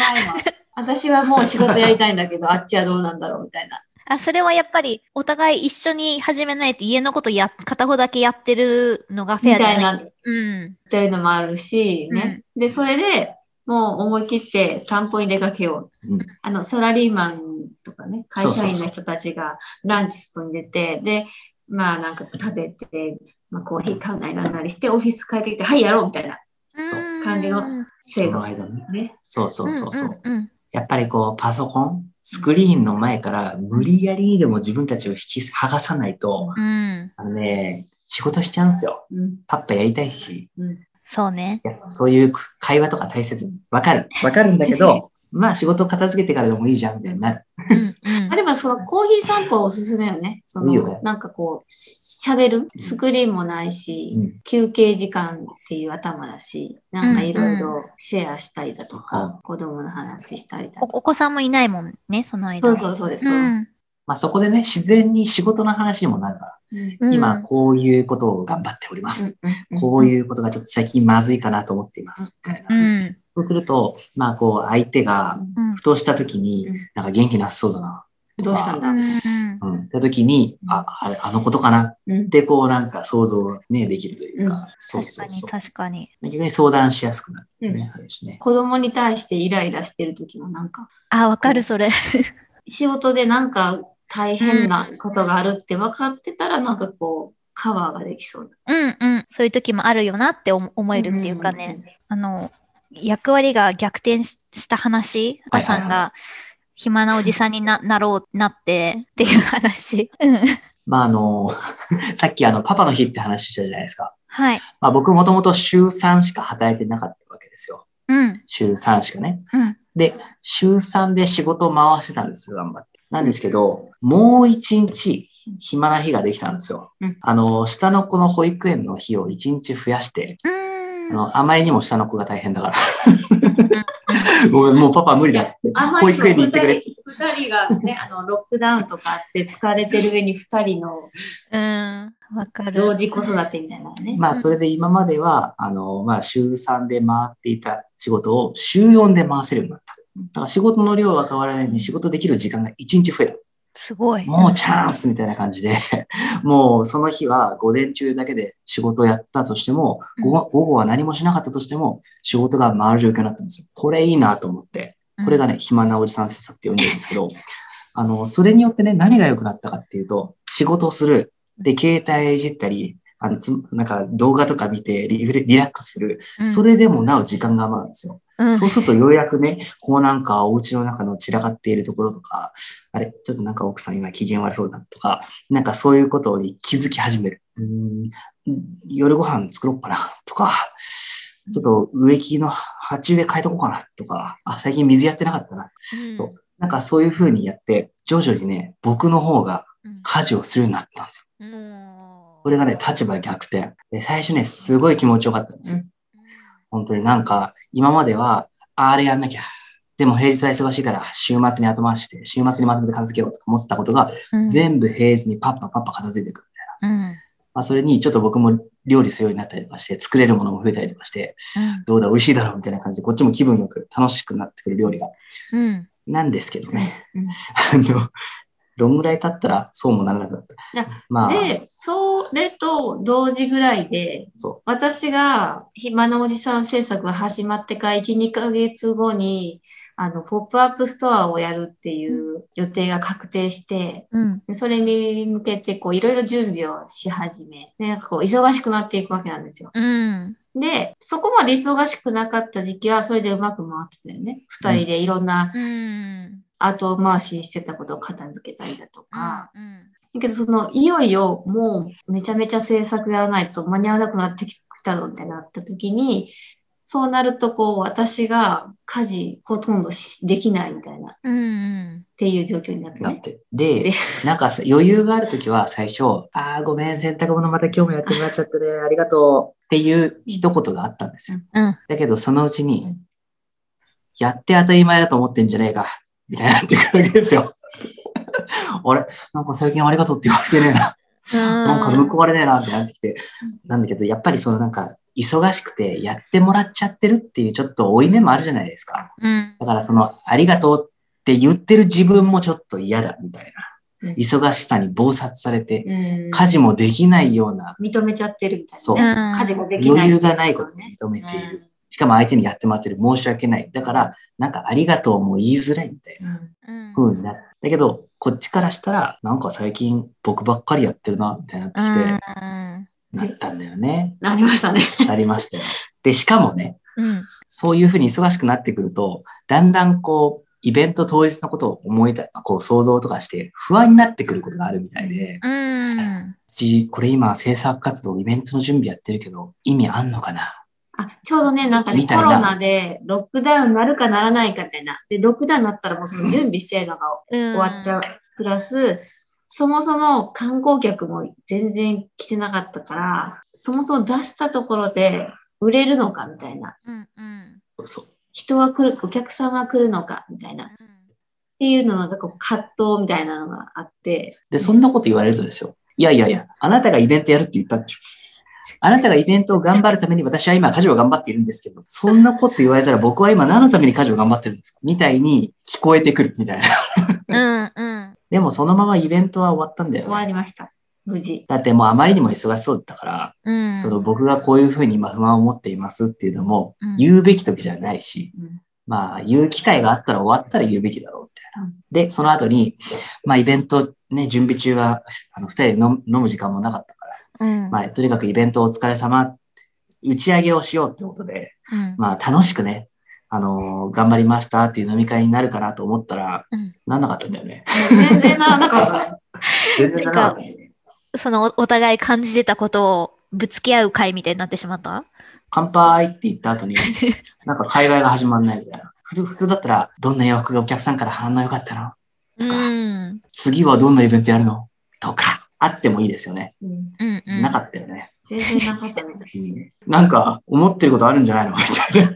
[SPEAKER 4] 私はもう仕事やりたいんだ けど、あっちはどうなんだろうみたいな。
[SPEAKER 2] あ、それはやっぱりお互い一緒に始めないと家のことや、片方だけやってるのがフ
[SPEAKER 4] み
[SPEAKER 2] ェアじ
[SPEAKER 4] た
[SPEAKER 2] ゃ
[SPEAKER 4] い
[SPEAKER 2] ない。う
[SPEAKER 4] な
[SPEAKER 2] ん。
[SPEAKER 4] っていうのもあるし、ね。で、それでもう思い切って散歩に出かけよう。
[SPEAKER 3] うん
[SPEAKER 4] あの、サラリーマンとかね、会社員
[SPEAKER 3] そうそうそ
[SPEAKER 4] の
[SPEAKER 3] う
[SPEAKER 4] 人たちがランチ外に出て、で、まあなんか食べて、まあコーヒー買うなりなんなりして、オフィス帰ってきて、はい、やろうみたいな
[SPEAKER 2] うん
[SPEAKER 4] 感じの制
[SPEAKER 3] そ
[SPEAKER 4] 度
[SPEAKER 3] の間ね。
[SPEAKER 4] ね。
[SPEAKER 3] そうそうそうそう。
[SPEAKER 2] うんうん
[SPEAKER 3] やっぱりこう、パソコン、スクリーンの前から無理やりにでも自分たちを引き剥がさないと、
[SPEAKER 2] うんうん。
[SPEAKER 3] あのね、仕事しちゃうんですよ。
[SPEAKER 4] うん。
[SPEAKER 3] パッパやりたいし、
[SPEAKER 4] うん。
[SPEAKER 2] そうね。
[SPEAKER 3] いやそういう会話とか大切。わかる。わかるんだけど、まあ仕事片付けてからでもいいじゃん、みたいになる。
[SPEAKER 2] うんうん
[SPEAKER 4] あ、でもそのコーヒー散歩おすすめよね。そ
[SPEAKER 3] いいよ
[SPEAKER 4] の
[SPEAKER 3] ね、
[SPEAKER 4] なんかこう、喋るスクリーンもないし、
[SPEAKER 3] うん
[SPEAKER 4] 休憩時間っていう頭だし、なんかいろい
[SPEAKER 2] うん
[SPEAKER 4] ろシェアしたりだと
[SPEAKER 3] う
[SPEAKER 4] か、子供の話したりだ
[SPEAKER 2] お
[SPEAKER 4] とか。
[SPEAKER 2] お子さんもいないもんね、その間
[SPEAKER 4] そう
[SPEAKER 2] は。
[SPEAKER 4] そうそうです。
[SPEAKER 2] うん
[SPEAKER 3] まあそこでね、自然に仕事の話にもなるから、
[SPEAKER 4] うん
[SPEAKER 2] うん
[SPEAKER 3] 今こういうことを頑張っております。こういうことがちょっと最近まずいかなと思っています。みたいな。
[SPEAKER 2] うん。
[SPEAKER 3] そうすると、まあこう相手が
[SPEAKER 2] うん
[SPEAKER 3] ふとした時に
[SPEAKER 4] うん、
[SPEAKER 3] なんか元気なさそうだな。
[SPEAKER 4] どうしたん
[SPEAKER 2] う
[SPEAKER 4] だ
[SPEAKER 2] ん
[SPEAKER 3] うん。って時に、あ、あれ、あのことかなっ
[SPEAKER 4] うん
[SPEAKER 3] てこうなんか想像ね、できるという
[SPEAKER 4] うん
[SPEAKER 3] か、そう
[SPEAKER 2] 確
[SPEAKER 3] そう
[SPEAKER 2] かに、
[SPEAKER 3] そう。
[SPEAKER 2] 確かに。
[SPEAKER 3] 逆に相談しやすくなるよね、あるしね。
[SPEAKER 4] 子供に対してイライラしてる時もなんか、
[SPEAKER 2] あ、わかる、それ。
[SPEAKER 4] 仕事でなんか大変なことがあるって分かってたら、なんかこう、カバーができそう
[SPEAKER 2] うんうん。そういう時もあるよなって思思
[SPEAKER 4] な。
[SPEAKER 2] えるっていうかね。あの、役割が逆転しした話、
[SPEAKER 3] は
[SPEAKER 2] あ
[SPEAKER 3] いはいはい
[SPEAKER 2] さんが暇なおじさんにななろう、なってっていう話。うん。
[SPEAKER 3] まああの、 さっきあの、パパの日って話したじゃないですか。
[SPEAKER 2] はい。
[SPEAKER 3] まあ僕もともと週3しか働いてなかったわけですよ。
[SPEAKER 2] うん。
[SPEAKER 3] 週3しかね。
[SPEAKER 2] うん。
[SPEAKER 3] で、週3で仕事を回してたんですよ、頑張って。なんですけど、もう一日暇な日ができたんですよ。
[SPEAKER 4] うん
[SPEAKER 3] あの、下の子の保育園の日を一日増やして、
[SPEAKER 2] う
[SPEAKER 3] あ
[SPEAKER 2] ーん。
[SPEAKER 3] の、あまりにも下の子が大変だから。ごめん、 もうパパ無理だっつって。
[SPEAKER 4] あま
[SPEAKER 3] 保
[SPEAKER 4] りにも
[SPEAKER 3] 育園に行ってくれ。
[SPEAKER 4] 二人がね、あの、ロックダウンとかあって疲れてる上に二人の
[SPEAKER 2] うん。わかる。
[SPEAKER 4] 同時子育てみたいなのね。
[SPEAKER 3] まあ、それで今までは、あの、まあ、週3で回っていた仕事を週4で回せるようになった。だから仕事の量は変わらないのに仕事できる時間が1日増えた。
[SPEAKER 2] すごい。
[SPEAKER 3] もうチャンスみたいな感じで、 もうその日は午前中だけで仕事をやったとしても、午後午後は何もしなかったとしても、仕事が回る状況になったんですよ。これいいなと思って、これがね、暇なおじさん政策って呼んでるんですけど、 あの、それによってね、何が良くなったかっていうと、仕事をする。で、携帯いじったり、あの、つなんか動画とか見てリフレリラックスする。
[SPEAKER 2] うん、
[SPEAKER 3] それでもなお時間が余るんですよ。
[SPEAKER 2] うん、
[SPEAKER 3] そうするとようやくね、こうなんかお家の中の散らかっているところとか、あれ、ちょっとなんか奥さん今機嫌悪そうだとか、なんかそういうことに気づき始める。うーん夜ご飯作ろうかなとか、ちょっと植木の鉢植え変えとこうかなとか、あ、最近水やってなかったな。
[SPEAKER 1] うん
[SPEAKER 3] そうなんかそういう風にやって、徐々にね、僕の方が
[SPEAKER 1] うん
[SPEAKER 3] 家事をするようになったんですよ。
[SPEAKER 1] も
[SPEAKER 3] これがね、立場逆転。で、最初ね、すごい気持ちよかったんですよ。本当になんか、今までは、ああれやんなきゃ。でも平日は忙しいから、週末に後回しして、週末にまとめて片付けようとか思ってたことが、
[SPEAKER 2] うん
[SPEAKER 3] 全部平日にパッパパッパ片付いていくみたいな。
[SPEAKER 2] うんうん
[SPEAKER 3] まあ、それにちょっと僕も料理するようになったりとかして、作れるものも増えたりとかして、どうだ、美味しいだろうみたいな感じで、こっちも気分よく楽しくなってくる料理が。
[SPEAKER 2] うん
[SPEAKER 3] なんですけどね。
[SPEAKER 4] うん
[SPEAKER 3] あの、どんぐらい経ったらそうもならなくなっ
[SPEAKER 4] いや
[SPEAKER 3] た。まあ、
[SPEAKER 4] で、それと同時ぐらいで
[SPEAKER 3] そ、
[SPEAKER 4] 私が暇なおじさん制作が始まってから1、2ヶ月後に、あの、ポップアップストアをやるっていう予定が確定して、
[SPEAKER 2] うん
[SPEAKER 4] でそれに向けて、こう、いろいろ準備をし始め、でなんかこう、忙しくなっていくわけなんですよ。
[SPEAKER 2] うん
[SPEAKER 4] で、そこまで忙しくなかった時期は、それでうまく回ってたよね。二人でいろんな
[SPEAKER 2] うん
[SPEAKER 4] 後回しにしてたことを片付けたりだとか、
[SPEAKER 2] うん
[SPEAKER 4] だけど、その、いよいよ、もう、めちゃめちゃ制作やらないと間に合わなくなってきたのってなった時に、そうなると、こう、私が家事ほとんどしできないみたいな、っ
[SPEAKER 2] うん
[SPEAKER 4] ていう状況になって
[SPEAKER 3] だっ
[SPEAKER 4] ね。
[SPEAKER 3] て。で
[SPEAKER 4] で、
[SPEAKER 3] なんかさ余裕があるときは最初、ああ、ごめん、洗濯物また今日もやってもらっちゃったね、 ありがとうっていう一言があったんですよ。
[SPEAKER 2] うん
[SPEAKER 3] だけど、そのうち
[SPEAKER 4] う
[SPEAKER 3] に
[SPEAKER 4] ん、
[SPEAKER 3] やって当たり前だと思ってんじゃねえか、みたいになってくるわけですよ。 あれなんか最近ありがとうって言われてねえな。なんか報われねえなってなってきて。なんだけど、やっぱりそのなんか、忙しくてやってもらっちゃってるっていうちょっと負い目もあるじゃないですか。
[SPEAKER 2] うん
[SPEAKER 3] だからその、ありがとうって言ってる自分もちょっと嫌だ、みたいな。
[SPEAKER 4] うん
[SPEAKER 3] 忙しさに暴殺されて、
[SPEAKER 4] うん。
[SPEAKER 3] 家事もできないような
[SPEAKER 4] 認めちゃってるみたいな。
[SPEAKER 3] そう
[SPEAKER 4] 家事ができない。
[SPEAKER 3] 余裕がないことを
[SPEAKER 4] ね。
[SPEAKER 3] 認めている。
[SPEAKER 4] う
[SPEAKER 3] しかも相手にやってもらってる申し訳ない。だから、なんかありがとうも言いづらいみたいなん
[SPEAKER 4] うん
[SPEAKER 2] うん
[SPEAKER 3] 風になる。だけど、こっちからしたら、なんか最近僕ばっかりやってるな、みたいになってきて、なったんだよね。
[SPEAKER 4] なりましたね。
[SPEAKER 3] なりましたよ。で、しかもね、
[SPEAKER 2] うん
[SPEAKER 3] そういう風に忙しくなってくると、だんだんこう、イベント当日のことを思いた、こう想像とかして不安になってくることがあるみたいで、
[SPEAKER 2] うん
[SPEAKER 3] しこれ今制作活動、イベントの準備やってるけど、意味あんのかな
[SPEAKER 4] あ、ちょうどね、なんかね、
[SPEAKER 3] み
[SPEAKER 4] コ
[SPEAKER 3] たいな
[SPEAKER 4] ロナでロックダウンなるかならないかみたいな。で、ロックダウンになったらもうその準備してるのが
[SPEAKER 2] 終
[SPEAKER 4] 終わっちゃう。プラス、そもそも観光客も全然来てなかったから、そもそも出したところで売れるのかみたいな。
[SPEAKER 2] うんうん
[SPEAKER 3] そうそう。
[SPEAKER 4] 人は来る、お客さんは来るのかみたいな。っていうのの、なんかこう葛藤みたいなのがあって、
[SPEAKER 3] で、そんなこと言われるとですよ。いやいやいや、あなたがイベントやるって言ったんでしょ。あなたがイベントを頑張るために私は今家事を頑張っているんですけど、そんなこと言われたら僕は今何のために家事を頑張ってるんですかみたいに聞こえてくるみたいな。
[SPEAKER 2] うんうん
[SPEAKER 3] でもそのままイベントは終わったんだよ
[SPEAKER 4] 終
[SPEAKER 3] ね、
[SPEAKER 4] わりました。無事。
[SPEAKER 3] だってもうあまりにも忙しそうだったから、
[SPEAKER 2] うん
[SPEAKER 3] その僕がこういうふうに今不満を持っていますっていうのも
[SPEAKER 2] うん
[SPEAKER 3] 言うべき時じゃないし、
[SPEAKER 4] うん
[SPEAKER 3] まあ言う機会があったら終わったら言うべきだろうみたいな。で、その後に、まあイベントね、準備中はあの二人で飲む飲む時間もなかったから、
[SPEAKER 2] うん
[SPEAKER 3] まあとにかくイベントお疲れ様って打ち上げをしようってことで、
[SPEAKER 2] うん
[SPEAKER 3] まあ楽しくね、あのー頑張りましたっていう飲み会になるかなと思ったら、
[SPEAKER 2] うん
[SPEAKER 3] なんなかったんだよ ね。
[SPEAKER 4] 全然ならなかったね。
[SPEAKER 3] 全然ならなかったんだよね。
[SPEAKER 2] そのおお互い感じてたことをぶつけ合う会みたいになってしまった
[SPEAKER 3] 乾杯って言った後に、なんか会話が始まんないみたいな。普通、普通だったら、どんな洋服がお客さんから反応良かったの
[SPEAKER 2] うん
[SPEAKER 3] 次はどんなイベントやるのとか、あってもいいですよね。
[SPEAKER 4] うん
[SPEAKER 2] うんうん
[SPEAKER 3] なかったよね。
[SPEAKER 4] 全然なかったね。
[SPEAKER 3] うんなんか、思ってることあるんじゃないのみたいな。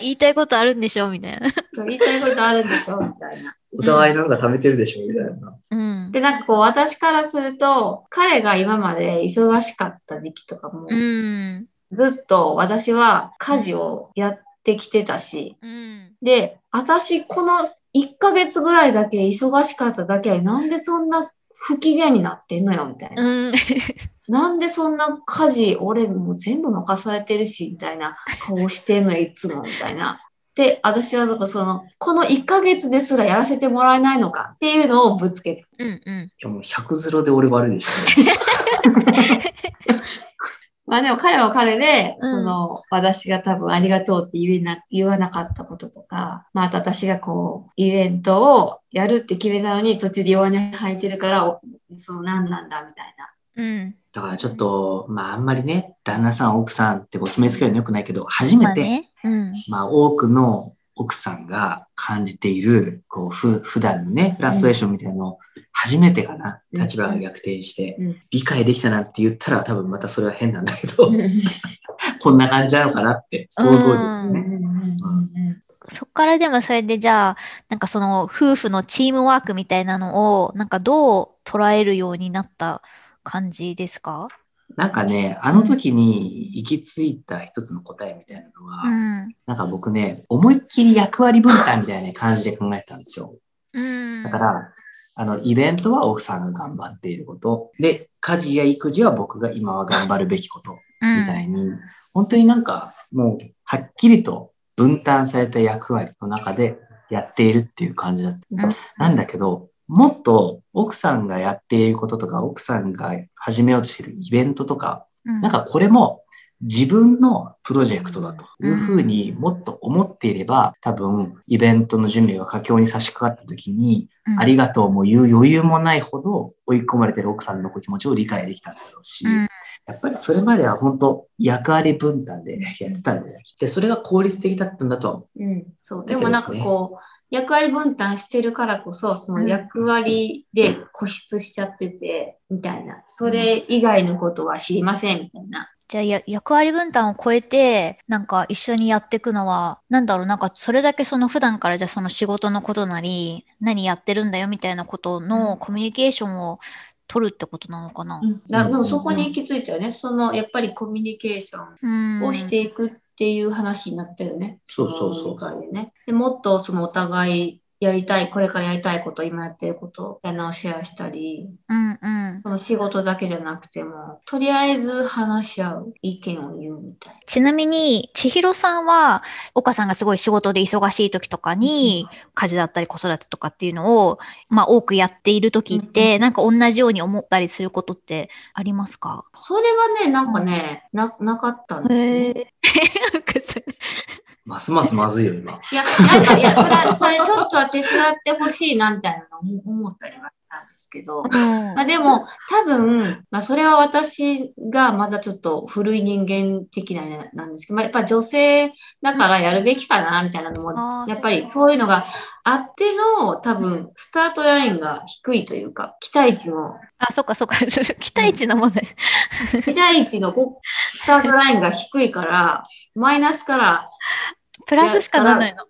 [SPEAKER 2] 言いたいことあるんでしょみたいな。
[SPEAKER 4] 言いたいことあるんでしょみたいな。
[SPEAKER 3] お互いなんか貯めてるでしょみたいな。
[SPEAKER 2] うん。
[SPEAKER 4] で、なんかこう、私からすると、彼が今まで忙しかった時期とかも、
[SPEAKER 2] うん。
[SPEAKER 4] ずっと私は家事をやってきてたし、
[SPEAKER 2] うん。
[SPEAKER 4] で、私この1ヶ月ぐらいだけ忙しかっただけで、なんでそんな不機嫌になってんのよ、みたいな。
[SPEAKER 2] うん。
[SPEAKER 4] なんでそんな家事、俺もう全部任されてるし、みたいな顔してんのよ、いつも、みたいな。で、私はなんかその、この1ヶ月ですらやらせてもらえないのかっていうのをぶつけて。
[SPEAKER 2] うん。うん。
[SPEAKER 3] いやもう100ゼロで俺悪いでしょ。
[SPEAKER 4] まあでも彼は彼で、
[SPEAKER 2] うん
[SPEAKER 4] その、私が多分ありがとうって言えな、言わなかったこととか、まああと私がこう、イベントをやるって決めたのに途中で弱音吐いてるから、おその何なんだみたいな。
[SPEAKER 2] うん。
[SPEAKER 3] だからちょっと、まああんまりね、旦那さん、奥さんってこう決めつけるの良くないけど、初め
[SPEAKER 2] まあ
[SPEAKER 3] て、
[SPEAKER 2] ね。うん。
[SPEAKER 3] まあ、多くの奥さんが感じている、こう、ふ、普段のね、フラストレーションみたいなのを、初めてかな、
[SPEAKER 4] うん
[SPEAKER 3] 立場が逆転して
[SPEAKER 4] うん、
[SPEAKER 3] 理解できたなんて言ったら、多分またそれは変なんだけど、 こんな感じなのかなって、想像力ね。
[SPEAKER 2] そっからでもそれでじゃあ、なんかその夫婦のチームワークみたいなのを、なんかどう捉えるようになった感じですか
[SPEAKER 3] なんかね、あの時に行き着いた一つの答えみたいなのは、
[SPEAKER 2] うん。
[SPEAKER 3] なんか僕ね、思いっきり役割分担みたいな感じで考えたんですよ。
[SPEAKER 2] うん。
[SPEAKER 3] だか、ら、あの、イベントは奥さんが頑張っていること。で、家事や育児は僕が今は頑張るべきこと。みたいに、本当になんかもうはっきりと分担された役割の中でやっているっていう感じだった。
[SPEAKER 2] うん
[SPEAKER 3] なんだけど、もっと奥さんがやっていることとか、奥さんが始めようとしているイベントとか、
[SPEAKER 2] うん。
[SPEAKER 3] なんかこれも自分のプロジェクトだというふうにもっと思っていれば、多分イベントの準備が佳境に差し掛かった時に、
[SPEAKER 2] うん、
[SPEAKER 3] ありがとうも言う余裕もないほど追い込まれてる奥さんのお気持ちを理解できたんだろうし、
[SPEAKER 2] うん
[SPEAKER 3] やっぱりそれまでは本当役割分担で やってたんで、で、それが効率的だったんだとは思う。
[SPEAKER 4] うん、そう。
[SPEAKER 3] だけど
[SPEAKER 4] でもなんかこう、役割分担してるからこそ、その役割で固執しちゃってて、みたいな。それ以外のことは知りません、みたいな。
[SPEAKER 2] じゃあや役割分担を超えて、なんか一緒にやっていくのは、なんだろう、なんかそれだけその普段からじゃあその仕事のことなり、何やってるんだよみたいなことのコミュニケーションを取るってことなのかな。
[SPEAKER 4] だでもそこに行き着いたよね。その、やっぱりコミュニケーション
[SPEAKER 2] うん。
[SPEAKER 4] をしていくっていう話になったよね。
[SPEAKER 3] そうそうそう
[SPEAKER 4] この中でねでもっとそのお互いやりたい、これからやりたいこと、今やってること、やり直しシェアしたり、
[SPEAKER 2] うんうん。
[SPEAKER 4] その仕事だけじゃなくても、とりあえず話し合う、意見を言うみたいな。
[SPEAKER 2] ちなみに、千尋さんは、岡さんがすごい仕事で忙しい時とかに、家事だったり子育てとかっていうのを、まあ多くやっている時って、なんか同じように思ったりすることってありますか
[SPEAKER 4] それはね、なんかね、ななかったんですよね。
[SPEAKER 2] え。
[SPEAKER 3] ますますまずいよ、今。
[SPEAKER 4] いや、なんか、いや、それは、それちょっとは手伝ってほしいな、みたいなのを思ったりはしたんですですけ
[SPEAKER 1] う
[SPEAKER 4] ど、
[SPEAKER 1] ん
[SPEAKER 4] まあ、でも多分、まあ、それは私がまだちょっと古い人間的なねなんですけど、まあ、やっぱ女性だからやるべきかなみたいなのも
[SPEAKER 1] あー
[SPEAKER 4] やっぱりそういうのがあっての多分スタートラインが低いというか期待値の
[SPEAKER 1] あ、そっか そっか。期待値の問題。
[SPEAKER 4] 期待値のこうスタートラインが低いからマイナスから
[SPEAKER 1] プラスしかならないの。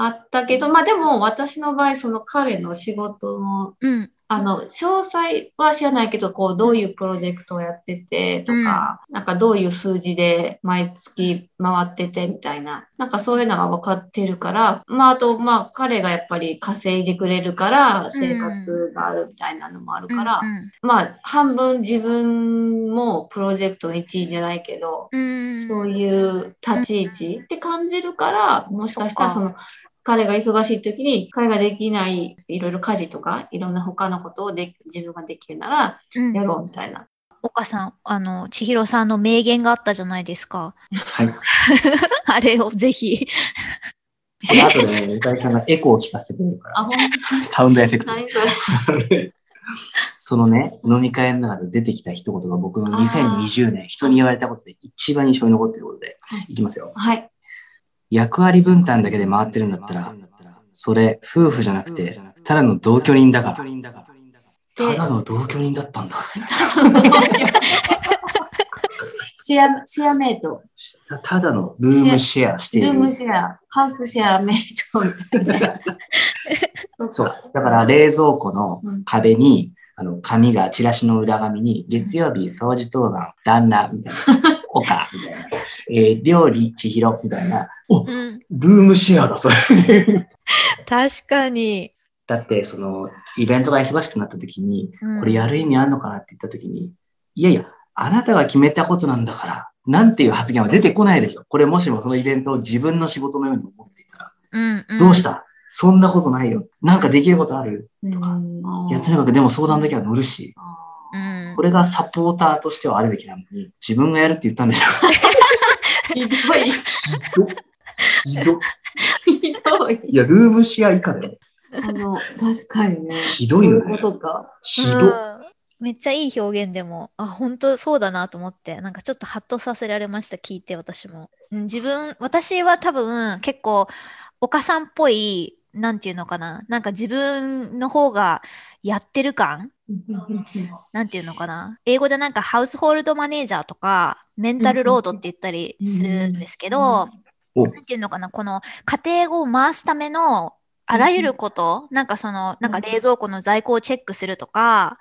[SPEAKER 4] あったけどまあでも私の場合その彼の仕事の
[SPEAKER 1] うん。
[SPEAKER 4] あの詳細は知らないけどこうどういうプロジェクトをやっててとか、なんかどういう数字で毎月回っててみたいななんかそういうのが分かってるから、まあ、あとまあ彼がやっぱり稼いでくれるから生活があるみたいなのもあるから、
[SPEAKER 1] うん
[SPEAKER 4] まあ半分自分もプロジェクトの一員じゃないけど、
[SPEAKER 1] うん。うん
[SPEAKER 4] そういう立ち位置って感じるから、もしかしたらその彼が忙しい時に彼ができないいろいろ家事とかいろんな他のことをで自分ができるなら
[SPEAKER 1] うん
[SPEAKER 4] やろうみたいな。
[SPEAKER 1] 岡さん、あの、千尋さんの名言があったじゃないですか。
[SPEAKER 3] はい。
[SPEAKER 1] あれをぜひ。
[SPEAKER 3] あとで、ね、ゆかりさんがエコーを聞かせてくれるから、
[SPEAKER 4] あ、本
[SPEAKER 3] サウンドエフェク
[SPEAKER 4] 当
[SPEAKER 3] ト
[SPEAKER 4] に
[SPEAKER 3] で。
[SPEAKER 4] 何それ。
[SPEAKER 3] そのね、飲み会の中で出てきた一言が僕の2020年、人に言われたことで一番印象に残ってることで、いきますよ。
[SPEAKER 4] はい。
[SPEAKER 3] 役割分担だけで回ってるんだったら、それ、夫婦じゃなくて、ただの同居人だから。ただの同居人だったんだ。
[SPEAKER 4] シェア、シェアメイト。
[SPEAKER 3] たただのルームシェアしてい
[SPEAKER 4] ルー
[SPEAKER 3] る。
[SPEAKER 4] ムシェア、ハウスシェアメイト みたいな。
[SPEAKER 3] そ
[SPEAKER 4] っか。
[SPEAKER 3] う。だから冷蔵庫の
[SPEAKER 4] うん
[SPEAKER 3] 壁に、あの、紙が、チラシの裏紙に、月曜日、掃除当番、旦那、みたい な、おか、みたいな、えー料理、千尋、みたいな、
[SPEAKER 1] う
[SPEAKER 3] お、
[SPEAKER 1] ん。
[SPEAKER 3] ルームシェアだ、それ。
[SPEAKER 2] 確かに。
[SPEAKER 3] だって、その、イベントが忙しくなった時に、これやる意味あんのかなって言った時に、いやいや、あなたが決めたことなんだから、なんていう発言は出てこないでしょ。これもしもそのイベントを自分の仕事のように思っていたら、
[SPEAKER 1] うん。ん
[SPEAKER 3] どうしたそんなことないよ。なんかできることあるいや、とにかくでも相談だけは乗るし、
[SPEAKER 1] うん
[SPEAKER 3] こ。れがサポーターとしてはあるべきなのに、自分がやるって言ったんでしょ。
[SPEAKER 4] ひどい。
[SPEAKER 3] ひどっ。ひどっ。
[SPEAKER 4] ひどい。
[SPEAKER 3] いや、ルームシェア以下だよ。
[SPEAKER 4] あの、確かにね。
[SPEAKER 3] ひどいよね
[SPEAKER 4] そういうこと か。
[SPEAKER 3] ひどっ。
[SPEAKER 2] うんめっちゃいい表現でも、あ、本当そうだなと思って、なんかちょっとハッとさせられました、聞いて私も。うん自分、私は多分結構、岡さんっぽい、なんていうのかな、なんか自分の方がやってる感なんていうのかな英語でなんかハウスホールドマネージャーとかメンタルロードって言ったりするんですけど、
[SPEAKER 3] うんうん
[SPEAKER 2] なんていうのかなこの家庭を回すためのあらゆること、なんかそのなんか冷蔵庫の在庫をチェックするとか、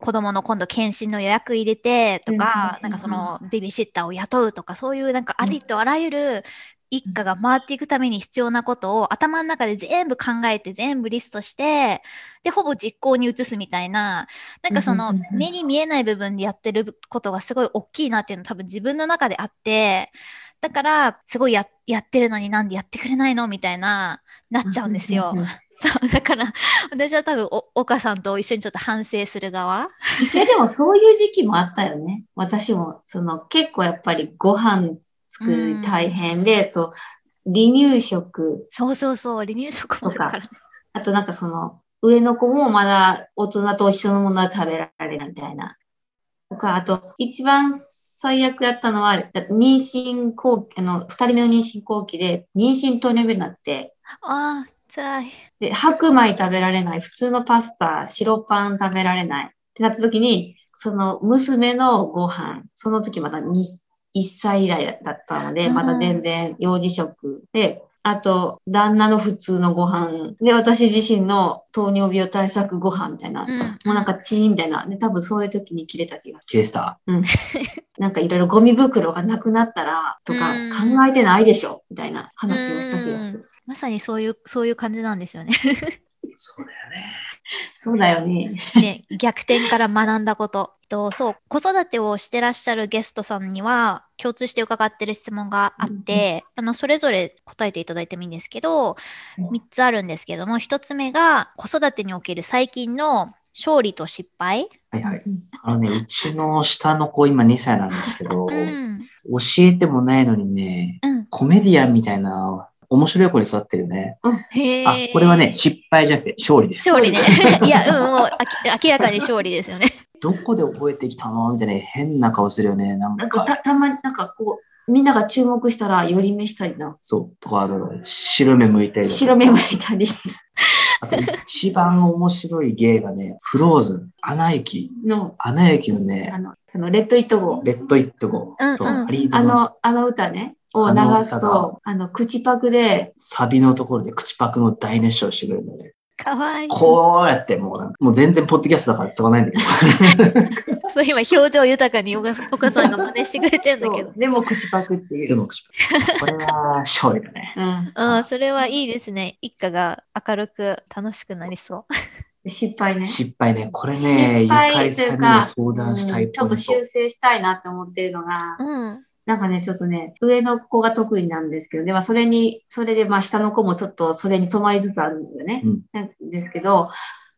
[SPEAKER 2] 子供の今度検診の予約入れてとか、
[SPEAKER 4] うん
[SPEAKER 2] なんかそのベビーシッターを雇うとかそういうなんかありとあらゆる一家が回っていくために必要なことを頭の中で全部考えて全部リストしてでほぼ実行に移すみたいななんかその
[SPEAKER 4] うんうんうんうん
[SPEAKER 2] 目に見えない部分でやってることがすごい大きいなっていうの多分自分の中であってだからすごいややってるのになんでやってくれないのみたいななっちゃうんですよ。
[SPEAKER 4] うう
[SPEAKER 2] そうだから私は多分お岡さんと一緒にちょっと反省する側
[SPEAKER 4] いやでもそういう時期もあったよね。私もその結構やっぱりご飯作る大変で、あと離乳食
[SPEAKER 2] そうそうそう離乳食もあるから
[SPEAKER 4] あとなんかその上の子もまだ大人と一緒のものは食べられないみたいな。とかあと一番最悪やったのは妊娠後期あの二人目の妊娠後期で妊娠糖尿病になって
[SPEAKER 2] ああ辛い
[SPEAKER 4] で白米食べられない普通のパスタ白パン食べられないってなった時にその娘のご飯その時まだに1歳以来だったので
[SPEAKER 2] うん
[SPEAKER 4] まだ全然幼児食であと旦那の普通のご飯で私自身の糖尿病対策ご飯みたいな、
[SPEAKER 2] うん
[SPEAKER 4] もうなんかチーンみたいなで多分そういう時に切れた気が
[SPEAKER 3] キレスタ
[SPEAKER 4] なんかいろいろゴミ袋がなくなったらとか
[SPEAKER 2] うん
[SPEAKER 4] 考えてないでしょみたいな話をした気がする。
[SPEAKER 2] まさにそういうそういう感じなんですよ ね
[SPEAKER 3] ー。そうだよね。
[SPEAKER 4] そうだよね。
[SPEAKER 2] ね逆転から学んだこととそう子育てをしてらっしゃるゲストさんには共通して伺ってる質問があって、あのそれぞれ答えていただいてもいいんですけど
[SPEAKER 4] うん
[SPEAKER 2] 3つあるんですけども1つ目が子育てにおける最近の勝利と失敗、
[SPEAKER 3] はいはい。あのね、うちの下の子、今2歳なんですけど、
[SPEAKER 2] うん
[SPEAKER 3] 教えてもないのにね、
[SPEAKER 2] うん、
[SPEAKER 3] コメディアンみたいな面白い子に育ってるね。
[SPEAKER 2] へ
[SPEAKER 3] あ
[SPEAKER 2] ー、
[SPEAKER 3] これはね、、失敗じゃなくて勝利です。
[SPEAKER 2] 勝利ね。 いや、うん、もうあき明らかに勝利ですよね。
[SPEAKER 3] どこで覚えてきたのみたいな変な顔するよね。なん
[SPEAKER 4] なん
[SPEAKER 3] か
[SPEAKER 4] か、たたまになんかこう、みんなが注目したら寄り目したりな。
[SPEAKER 3] そう。とか、あの、白目向いたりとか
[SPEAKER 4] 白目向いたり。
[SPEAKER 3] あと、一番面白い芸がね、フローズン、アナ雪。
[SPEAKER 4] の、
[SPEAKER 3] アナ雪の
[SPEAKER 4] あ
[SPEAKER 3] ね、
[SPEAKER 4] の、あのレッド・イット・ゴー。
[SPEAKER 3] レッド・イット・ゴ
[SPEAKER 2] うん
[SPEAKER 3] ー。
[SPEAKER 2] うん
[SPEAKER 3] そう、アリーナ
[SPEAKER 4] あ
[SPEAKER 3] の
[SPEAKER 4] の、あの歌ね、を
[SPEAKER 3] あ
[SPEAKER 4] 流
[SPEAKER 3] の歌が
[SPEAKER 4] すと、あの、口パクで、
[SPEAKER 3] サビのところで口パクの大熱唱してくれるんだよね。
[SPEAKER 2] かわいい。
[SPEAKER 3] こうやってもうなんか、もう全然ポッドキャストだから伝わらないんだけ
[SPEAKER 2] そう、今、表情豊かに岡岡さんが真似してくれてんだけ
[SPEAKER 4] そ
[SPEAKER 2] ど
[SPEAKER 4] う。でも口パクってい
[SPEAKER 3] ど、で
[SPEAKER 4] う。
[SPEAKER 3] も口パク。これは勝利だね。
[SPEAKER 4] うん。
[SPEAKER 2] うん、それはいいですね。一家が明るく楽しくなりそう。
[SPEAKER 4] 失敗ね。
[SPEAKER 3] 失敗ね。これね、ゆ
[SPEAKER 4] 失
[SPEAKER 3] かり
[SPEAKER 4] 敗と
[SPEAKER 3] さん
[SPEAKER 4] い
[SPEAKER 3] に
[SPEAKER 4] う
[SPEAKER 3] も
[SPEAKER 4] か、
[SPEAKER 3] 相談したい
[SPEAKER 4] うんちょっと修正したいなって思ってるのが、
[SPEAKER 2] うん。
[SPEAKER 4] なんかね、ちょっとね、上の子が得意なんですけど、ではそれに、それでまあ下の子もちょっとそれに止まりつつあるんだよね。
[SPEAKER 3] うん
[SPEAKER 4] なんですけど、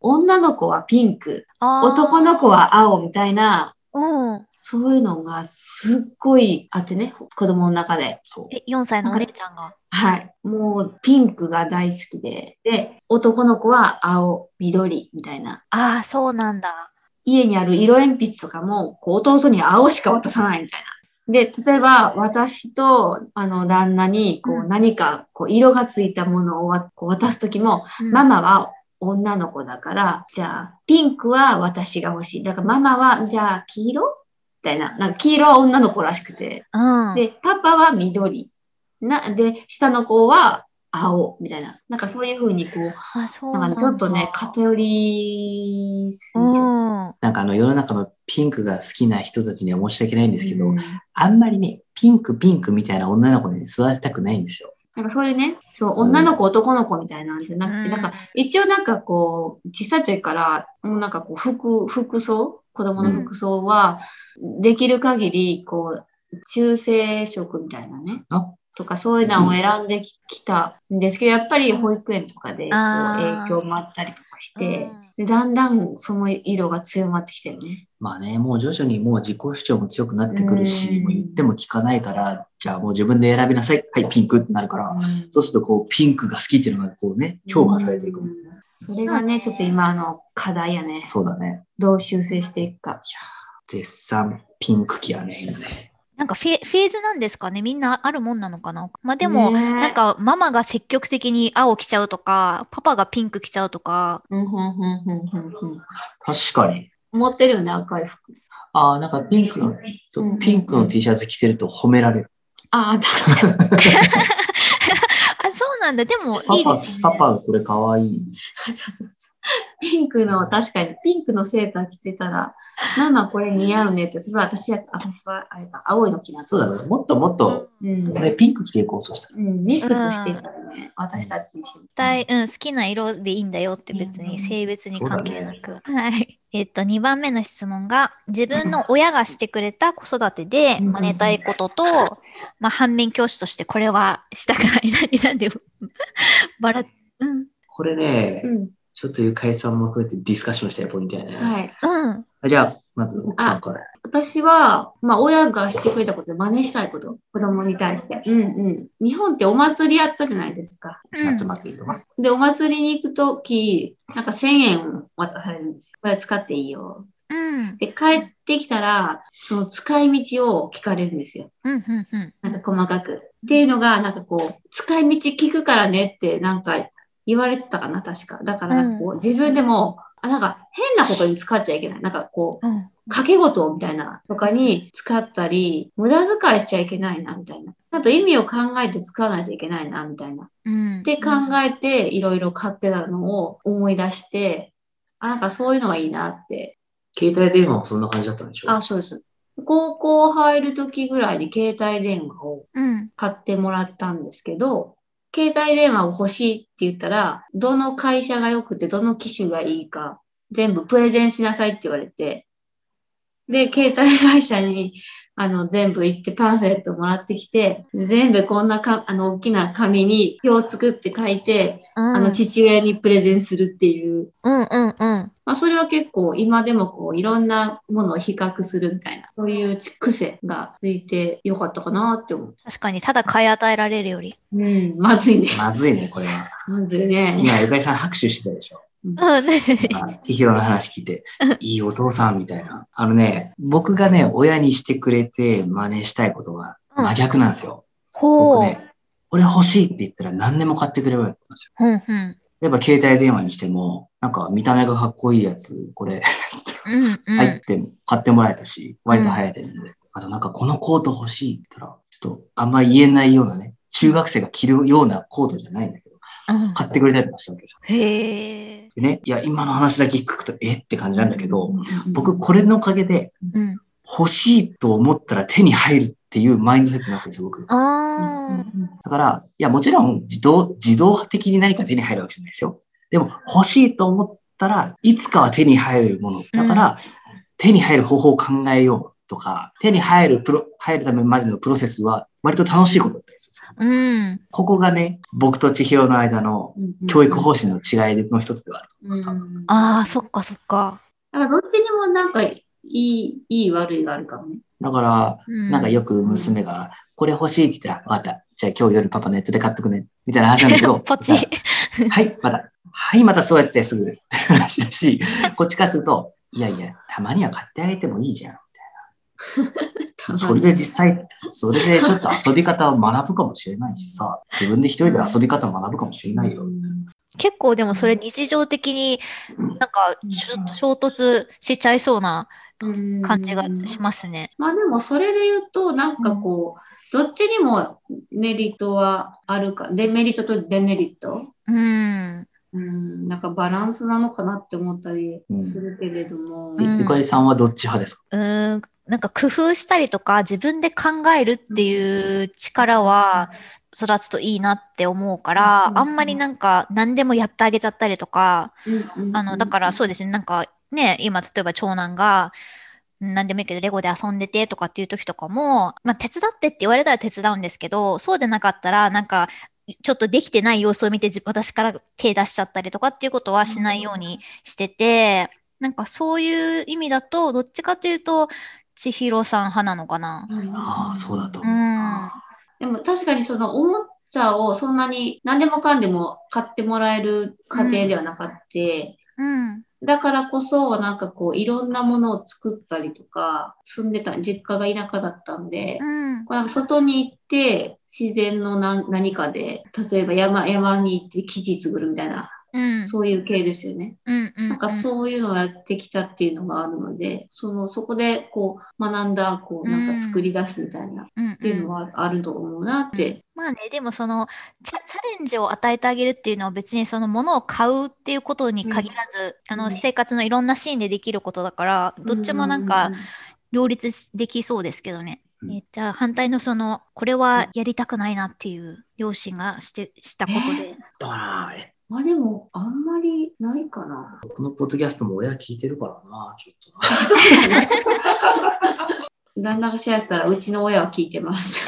[SPEAKER 4] 女の子はピンク、
[SPEAKER 2] あー
[SPEAKER 4] 男の子は青みたいな、
[SPEAKER 2] うん。
[SPEAKER 4] そういうのがすっごいあってね、子供の中で。
[SPEAKER 3] そう。
[SPEAKER 2] え、4歳のお姉ちゃんが。
[SPEAKER 4] はい。もうピンクが大好きで、で、男の子は青、緑みたいな。
[SPEAKER 2] ああ、そうなんだ。
[SPEAKER 4] 家にある色鉛筆とかも、こう弟に青しか渡さないみたいな。で、例えば私とあの旦那にこ
[SPEAKER 2] う
[SPEAKER 4] うん何かこう色がついたものをわこう渡すときも、
[SPEAKER 2] うん
[SPEAKER 4] ママは女の子だから、じゃあピンクは私が欲しい。だからママは、じゃあ黄色みたいな。なんか黄色は女の子らしくて。
[SPEAKER 2] うん。
[SPEAKER 4] で、パパは緑。な、で、下の子は青みたいな。なんかそういうふうにこう、
[SPEAKER 2] あ、そう
[SPEAKER 4] な
[SPEAKER 2] なんん
[SPEAKER 4] か
[SPEAKER 2] だ。
[SPEAKER 4] ちょっとね、偏りす
[SPEAKER 2] う。
[SPEAKER 4] ぎちゃうん
[SPEAKER 3] なんかあの世の中のピンクが好きな人たちには申し訳ないんですけど、
[SPEAKER 4] うん
[SPEAKER 3] あんまりね、ピンクピンクみたいな女の子に育てたくないんですよ。
[SPEAKER 4] なんかそういうね、そう、女の子、男の子みたいなんじゃなくて、
[SPEAKER 2] うん
[SPEAKER 4] なんか、一応なんかこう、小さい時から、もうなんかこう、服、服装、子供の服装は、できる限り、こう、中性色みたいなね
[SPEAKER 3] あ、
[SPEAKER 4] とかそういうのを選んでききたんですけど、やっぱり保育園とかでこう
[SPEAKER 2] あー
[SPEAKER 4] 影響もあったりとかして
[SPEAKER 2] うん、
[SPEAKER 4] でだんだんその色が強まってきてるね。
[SPEAKER 3] まあね、もう徐々にもう自己主張も強くなってくるし、
[SPEAKER 4] うん
[SPEAKER 3] もう言っても聞かないから、じゃあもう自分で選びなさい。はい、ピンクってなるから、そうするとこう、ピンクが好きっていうのがこうね、強化されていく。
[SPEAKER 4] うんそれがね、ちょっと今の課題やね。
[SPEAKER 3] そうだね。
[SPEAKER 4] どう修正していくか。
[SPEAKER 3] 絶賛ピンク期やね、今ね。
[SPEAKER 2] なんかフェフェーズなんですかねみんなあるもんなのかなまあでも、
[SPEAKER 4] ねえ
[SPEAKER 2] なん、かママが積極的に青着ちゃうとか、パパがピンク着ちゃうとか、
[SPEAKER 4] うんふんふんふんふんふん
[SPEAKER 3] 確かに。
[SPEAKER 4] 持ってるよね、赤い服。
[SPEAKER 3] ああ、なんかピンクの、そうう、
[SPEAKER 4] ん
[SPEAKER 3] ピンクの T シャツ着てると褒められる。
[SPEAKER 4] ああ、確かに。
[SPEAKER 2] あ、そうなんだ。でも
[SPEAKER 3] パ
[SPEAKER 2] いいで
[SPEAKER 3] パ
[SPEAKER 2] すね、。
[SPEAKER 3] パパ、これかわいい。
[SPEAKER 4] そうそうそう。ピンクの、確かに、ピンクのセーター着てたら、ママこれ似合うねって、それは私は、私は、あれか、青いの着な
[SPEAKER 3] そうだね。もっともっと、
[SPEAKER 4] うん。
[SPEAKER 3] これピンク着ていこう、そうしたら。
[SPEAKER 4] うん、ミックスしていからね、私たち自身。
[SPEAKER 2] 絶対、うん、好きな色でいいんだよって別
[SPEAKER 4] うん
[SPEAKER 2] に性別に関係なく。はい。えっと、2番目の質問が、自分の親がしてくれた子育てで
[SPEAKER 4] うん
[SPEAKER 2] 真似たいことと、まあ、反面教師としてこれはしたくない。何、なんで、 バラ、うん、
[SPEAKER 3] これね、
[SPEAKER 4] うん、
[SPEAKER 3] ちょっとゆかりさんも含めてディスカッションしたいポイントやね。
[SPEAKER 4] はい。
[SPEAKER 2] うん。
[SPEAKER 3] あじゃあ、まず奥さんから。
[SPEAKER 4] 私は、まあ、親がしてくれたことで真似したいこと、子供に対して。うんうん。日本ってお祭りやったじゃないですか。
[SPEAKER 2] うん
[SPEAKER 3] 夏祭りとか。
[SPEAKER 4] で、お祭りに行くとき、なんか1000円渡されるんですよ。これ使っていいよ。
[SPEAKER 2] うん。
[SPEAKER 4] で、帰ってきたら、その使い道を聞かれるんですよ。
[SPEAKER 2] うん。うん。うん。
[SPEAKER 4] なんか細かく。っていうのが、なんかこう、使い道聞くからねって、なんか言われてたかな、確か。だからなんかこう、自分でも、あ、なんか変なことに使っちゃいけない。なんかこう、
[SPEAKER 2] うん。
[SPEAKER 4] 掛け事みたいなとかに使ったり、無駄遣いしちゃいけないな、みたいな。あと意味を考えて使わないといけないな、みたいな。
[SPEAKER 2] うん。
[SPEAKER 4] で考えていろいろ買ってたのを思い出して、あ、なんかそういうのがいいなって。
[SPEAKER 3] 携帯電話もそんな感じだったんでしょ
[SPEAKER 4] あ、そうです。高校入る時ぐらいに携帯電話を
[SPEAKER 2] うん。
[SPEAKER 4] 買ってもらったんですけど、携帯電話を欲しいって言ったら、どの会社が良くてどの機種がいいか、全部プレゼンしなさいって言われて、で、携帯会社にあの、全部行ってパンフレットもらってきて、全部こんなか、あの、大きな紙に表を作って書いて、
[SPEAKER 1] うん
[SPEAKER 4] あの、父親にプレゼンするっていう。
[SPEAKER 1] うんうんうん。
[SPEAKER 4] まあ、それは結構今でもこう、いろんなものを比較するみたいな、そういう癖がついてよかったかなって思う。
[SPEAKER 2] 確かに、ただ買い与えられるより。
[SPEAKER 4] うん、まずいね。
[SPEAKER 3] まずいね、これは。
[SPEAKER 4] まずいね。
[SPEAKER 3] 今、ゆかりさん拍手してたで しょ。
[SPEAKER 1] うんね。
[SPEAKER 3] あ千尋の話聞 いて、いいお父さんみたいな。あのね、僕がね、親にしてくれて真似したいことが
[SPEAKER 1] うん
[SPEAKER 3] 真逆なんですよ。
[SPEAKER 1] ほう。
[SPEAKER 3] 僕ね、俺欲しいって言ったら何でも買ってくれるんですよ。
[SPEAKER 1] うんうん。
[SPEAKER 3] 例えば携帯電話にしても、なんか見た目がかっこいいやつ、これ、
[SPEAKER 1] うんうん。
[SPEAKER 3] 入って、買ってもらえたし、割と早いタイミングで。あとなんかこのコート欲しいって言ったら、ちょっとあんま言えないようなね、中学生が着るようなコートじゃないんだけど、
[SPEAKER 1] うん
[SPEAKER 3] 買ってくれたりとかしたわけですよ。
[SPEAKER 2] へえ。
[SPEAKER 3] でね、いや、今の話だけ聞くと、えって感じなんだけど、
[SPEAKER 4] うん、
[SPEAKER 3] 僕、これのおかげで、
[SPEAKER 1] うん。
[SPEAKER 3] 欲しいと思ったら手に入るっていうマインドセットになってるんですよ、僕。だ
[SPEAKER 4] うん
[SPEAKER 1] あ
[SPEAKER 3] から、いや、もちろん、自動、自動的に何か手に入るわけじゃないですよ。でも、欲しいと思ったらいつかは手に入るもの。だから、手に入る方法を考えようとか、手に入るプロ、入るためまでのプロセスは、割と楽しいことだったりするんですよ。
[SPEAKER 1] あ。うん。
[SPEAKER 3] ここがね、僕と千尋の間の教育方針の違いの一つではあると思います。多分
[SPEAKER 4] うん
[SPEAKER 1] ああ、そっかそっか。
[SPEAKER 4] だからどっちにもなんかいい、いい悪いがあるかもね。
[SPEAKER 3] だから、
[SPEAKER 1] な
[SPEAKER 3] なんかよく娘が、これ欲しいって言ったら、わかった。じゃあ今日夜パパネットで買っとくね。みたいな話なんだけ ど。
[SPEAKER 1] ポチ。
[SPEAKER 3] はい、また。はい、またそうやってすぐって話だし、こっちからすると、いやいや、たまには買ってあげてもいいじゃん。
[SPEAKER 4] た
[SPEAKER 3] そ
[SPEAKER 4] ま
[SPEAKER 3] れ
[SPEAKER 4] に
[SPEAKER 3] で実際、それでちょっと遊び方を学ぶかもしれないしさ、自分で一人で遊び方を学ぶかもしれないよ。
[SPEAKER 2] 結構でもそれ日常的になんかちょっと衝突しちゃいそうな
[SPEAKER 4] うん
[SPEAKER 2] 感じがしますね。
[SPEAKER 4] まあでもそれで言うと、なんかこう、どっちにもメリットはあるか、デメリットとデメリット。
[SPEAKER 2] うん。
[SPEAKER 4] うん、なんかバランスなのかなって思ったりするけれども。
[SPEAKER 3] え
[SPEAKER 2] うん
[SPEAKER 3] ゆかりさんはどっち派ですか
[SPEAKER 2] うーんなんか工夫したりとか自分で考えるっていう力は育つといいなって思うから、
[SPEAKER 4] うん
[SPEAKER 2] あんまりなんか何でもやってあげちゃったりとか、
[SPEAKER 4] うん
[SPEAKER 2] あのだからそうですねなんかね今例えば長男がうん何でもいいけどレゴで遊んでてとかっていう時とかも、まあ、手伝ってって言われたら手伝うんですけどそうでなかったらなんかちょっとできてない様子を見て自私から手出しちゃったりとかっていうことはしないようにしてて、なんかそういう意味だとどっちかというと千尋さん派なのかな。
[SPEAKER 4] うん
[SPEAKER 3] ああ、そうだと
[SPEAKER 2] う
[SPEAKER 3] 思う。
[SPEAKER 2] ん
[SPEAKER 4] でも確かにそのおもちゃをそんなに何でもかんでも買ってもらえる家庭ではなかった。
[SPEAKER 2] うん
[SPEAKER 4] だからこそ、なんかこう、いろんなものを作ったりとか、住んでた、実家が田舎だったんで、
[SPEAKER 2] うん
[SPEAKER 4] こうなんか外に行って、自然の何何かで、例えば山山に行って生地作るみたいな、
[SPEAKER 2] うん
[SPEAKER 4] そういう系ですよね。
[SPEAKER 2] うんうん
[SPEAKER 4] なんかそういうのをやってきたっていうのがあるので、その、そこでこう、学んだ、こう、なんか作り出すみたいな、っ
[SPEAKER 2] うんうん
[SPEAKER 4] ていうのはあると思うなって。
[SPEAKER 2] まあね、でもそのチャ、チャレンジを与えてあげるっていうのは別にそのものを買うっていうことに限らず、あ
[SPEAKER 4] うんう
[SPEAKER 2] の
[SPEAKER 4] ん
[SPEAKER 2] 生活のいろんなシーンでできることだから、どっちもなんか両立しできそうですけどね。
[SPEAKER 3] うん
[SPEAKER 2] えじゃあ反対のその、これはやりたくないなっていう両親がして、したことで。
[SPEAKER 3] だから、え
[SPEAKER 4] まあでも、あんまりないかな。
[SPEAKER 3] このポッドキャストも親聞いてるからな、ちょっとな。
[SPEAKER 4] 旦那がシェアしたら、うちの親は聞いてます。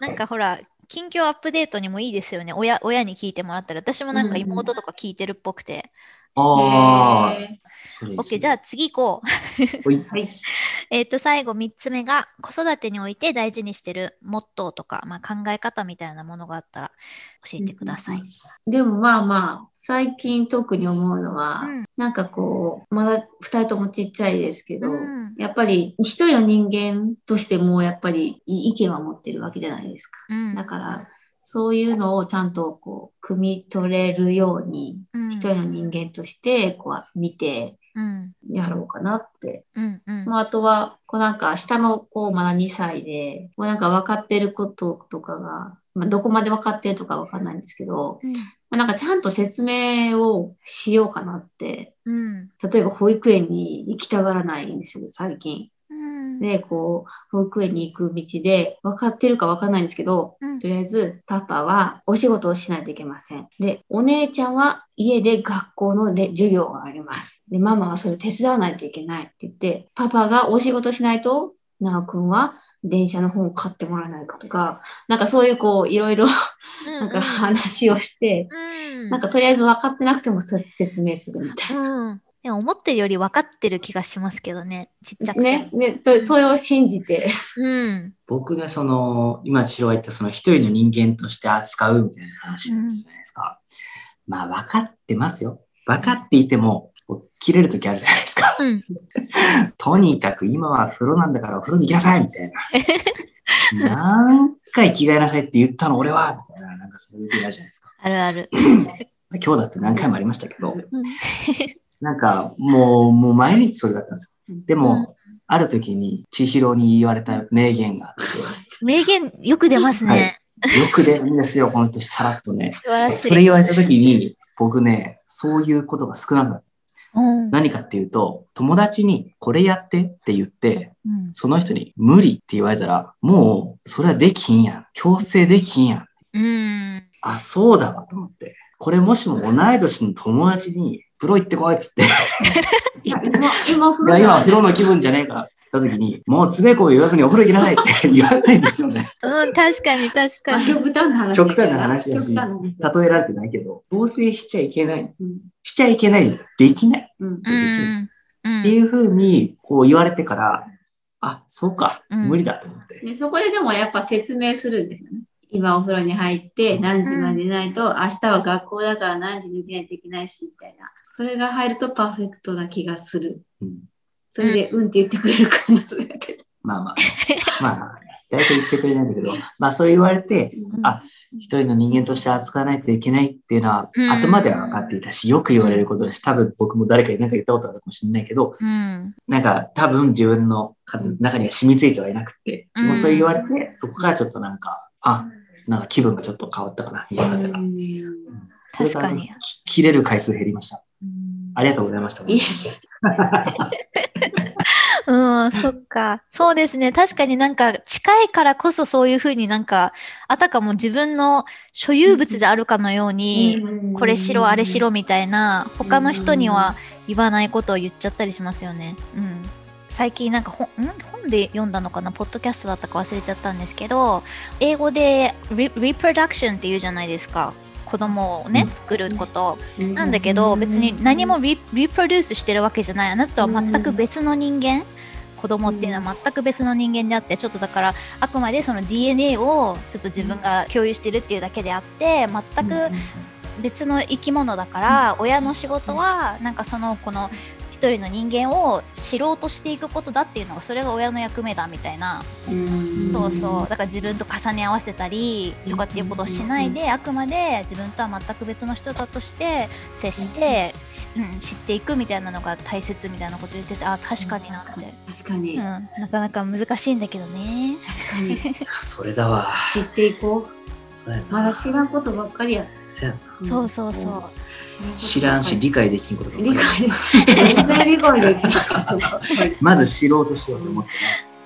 [SPEAKER 2] なんかほら、近況アップデートにもいいですよね。親、親に聞いてもらったら、私もなんか
[SPEAKER 4] うんうん
[SPEAKER 2] 妹とか聞いてるっぽくて。
[SPEAKER 3] ああ
[SPEAKER 4] へー、
[SPEAKER 3] それいい
[SPEAKER 2] OK、じゃあ次行こう。
[SPEAKER 3] ほい
[SPEAKER 4] はい。
[SPEAKER 2] えっと、最後3つ目が、子育てにおいて大事にしてるモットーとか、まあ、考え方みたいなものがあったら教えてください。
[SPEAKER 4] でもまあまあ、最近特に思うのは、
[SPEAKER 2] うん
[SPEAKER 4] なんかこう、まだ二人ともちっちゃいですけど、
[SPEAKER 2] うん
[SPEAKER 4] やっぱり一人の人間としてもやっぱり意見は持ってるわけじゃないですか。
[SPEAKER 2] うん
[SPEAKER 4] だから、そういうのをちゃんとこう、汲み取れるように、
[SPEAKER 2] うん
[SPEAKER 4] 一人の人間としてこう見て
[SPEAKER 2] うん
[SPEAKER 4] やろうかなって
[SPEAKER 2] うんうん
[SPEAKER 4] まあ、あとは、こうなんか下の子まだ2歳で、もうなんか分かってることとかが、まあ、どこまで分かってるとか分かんないんですけど、
[SPEAKER 2] うん
[SPEAKER 4] まあ、なんかちゃんと説明をしようかなって、
[SPEAKER 2] うん
[SPEAKER 4] 例えば保育園に行きたがらないんですよ、最近。
[SPEAKER 2] うん
[SPEAKER 4] で、こう、保育園に行く道で、分かってるか分かんないんですけど、
[SPEAKER 2] うん
[SPEAKER 4] とりあえず、パパはお仕事をしないといけません。で、お姉ちゃんは家で学校のれ授業があります。で、ママはそれを手伝わないといけないって言って、パパがお仕事しないと長くんは電車の本を買ってもらえないかとか、なんかそういうこう、いろいろなんか話をして、
[SPEAKER 1] うん
[SPEAKER 4] なんかとりあえず分かってなくてもそうやって説明するみたいな。
[SPEAKER 2] うん。でも思ってるより分かってる気がしますけどね。ちっちゃくて。
[SPEAKER 4] ね、ね、とそれを信じて。
[SPEAKER 2] うん。
[SPEAKER 3] 僕ね、その、今、千代が言った、その一人の人間として扱うみたいな話だったじゃないですか。まあ、分かってますよ。分かっていても、こう切れるときあるじゃないですか。
[SPEAKER 2] うん
[SPEAKER 3] とにかく今は風呂なんだからお風呂に行きなさいみたい な。何回着替えなさいって言ったの俺はみたいな、なんかそういう時あるじゃないですか。
[SPEAKER 2] あるある。
[SPEAKER 3] 今日だって何回もありましたけど、
[SPEAKER 1] うん
[SPEAKER 3] なんかもう、もう毎日それだったんですよ。でも、
[SPEAKER 2] うん
[SPEAKER 3] ある時に千尋に言われた名言があっ
[SPEAKER 2] 名言よく出ますね。
[SPEAKER 3] はいて、よく出るんですよ、この人さらっとね。
[SPEAKER 2] 素晴らし
[SPEAKER 3] それ
[SPEAKER 2] い。
[SPEAKER 3] 言われた時に、僕ね、そういうことが少なくなった。
[SPEAKER 2] うん。
[SPEAKER 3] 何かっていうと、友達にこれやってって言って、
[SPEAKER 2] うん
[SPEAKER 3] その人に無理って言われたら、もうそれはできひんやん。強制できひんやん。
[SPEAKER 2] うん。
[SPEAKER 3] あ、そうだわと思って。これもしも同い年の友達に、プロ行ってこいって言 って、
[SPEAKER 4] 今、今風
[SPEAKER 3] いや、
[SPEAKER 4] 呂
[SPEAKER 3] 今は
[SPEAKER 4] だ
[SPEAKER 3] 風呂の気分じゃねえからって言った時に、もうつべこを言わずにお風呂行きなさいって言わないんですよね。
[SPEAKER 2] うん、確かに確 か
[SPEAKER 4] あ
[SPEAKER 2] に。
[SPEAKER 4] 極端な話。
[SPEAKER 3] 極端な話だし
[SPEAKER 4] 極端なんですよ。
[SPEAKER 3] 例えられてないけど、強制しちゃいけない。
[SPEAKER 4] うん
[SPEAKER 3] しちゃいけない。できない。
[SPEAKER 4] うん
[SPEAKER 2] う
[SPEAKER 3] それできる
[SPEAKER 2] ん。うん
[SPEAKER 3] っていうふうに、こう言われてから、あ、そうか、無理だと思って。
[SPEAKER 4] ね、そこででもやっぱ説明するんですよね。今お風呂に入って何時まで寝ないと、明日は学校だから何時に起きないといけないしみたいな。それが入るとパーフェクトな気がする。
[SPEAKER 3] うん
[SPEAKER 4] それでうんって言ってくれるからな、それだけど。
[SPEAKER 3] まあ まあ、まあまあ、大体言ってくれないんだけど、まあそう言われて、あ一人の人間として扱わないといけないっていうのは
[SPEAKER 2] うん、
[SPEAKER 3] 頭では分かっていたし、よく言われることだし、多分僕も誰かに何か言ったことあるかもしれないけど、
[SPEAKER 2] うん。
[SPEAKER 3] なんか多分自分の中には染みついてはいなくて、
[SPEAKER 2] うん
[SPEAKER 3] もうそう言われて、そこからちょっとなんか、あ、なんか気分がちょっと変わったかな、見え方が。それら
[SPEAKER 2] 確かに
[SPEAKER 3] き切れる回数減りました。ありがとうございました。
[SPEAKER 4] いやい
[SPEAKER 2] うん、そっ か。そうですね。確かになんか近いからこそそういうふうになんか、あたかも自分の所有物であるかのように、これしろ、あれしろみたいな、他の人には言わないことを言っちゃったりしますよね。うん。最近なんか本ん本で読んだのかなポッドキャストだったか忘れちゃったんですけど英語でリリプロダクションって言うじゃないですか子供をね、
[SPEAKER 3] うん
[SPEAKER 2] 作ること
[SPEAKER 4] うん
[SPEAKER 2] なんだけど別に何もリリプロデュースしてるわけじゃないあなたは全く別の人間、子供っていうのは全く別の人間であってちょっとだからあくまでその DNA をちょっと自分が共有してるっていうだけであって全く別の生き物だから、親の仕事はなんかそのこの一人の人間を知ろうとしていくことだっていうのがそれが親の役目だみたいな、
[SPEAKER 4] うん
[SPEAKER 2] そうそうだから自分と重ね合わせたりとかっていうことをしないで、あくまで自分とは全く別の人だとして接して、しうん、知っていくみたいなのが大切みたいなこと言っててあ確かになって、
[SPEAKER 4] 確かに。
[SPEAKER 2] うん、
[SPEAKER 4] 確
[SPEAKER 2] なかなか難しいんだけどね。
[SPEAKER 4] かに。確かに。
[SPEAKER 3] それだわ。
[SPEAKER 4] 知っていこう。
[SPEAKER 3] そうや
[SPEAKER 4] まだ
[SPEAKER 3] な。
[SPEAKER 4] 知らんことばっかりや。
[SPEAKER 3] そうやな
[SPEAKER 2] そうそうそう、
[SPEAKER 3] 知らんし、理解できんことが分
[SPEAKER 4] 理
[SPEAKER 3] かる
[SPEAKER 4] 解できない全然理解できなかった
[SPEAKER 3] まず知ろうとしようと思って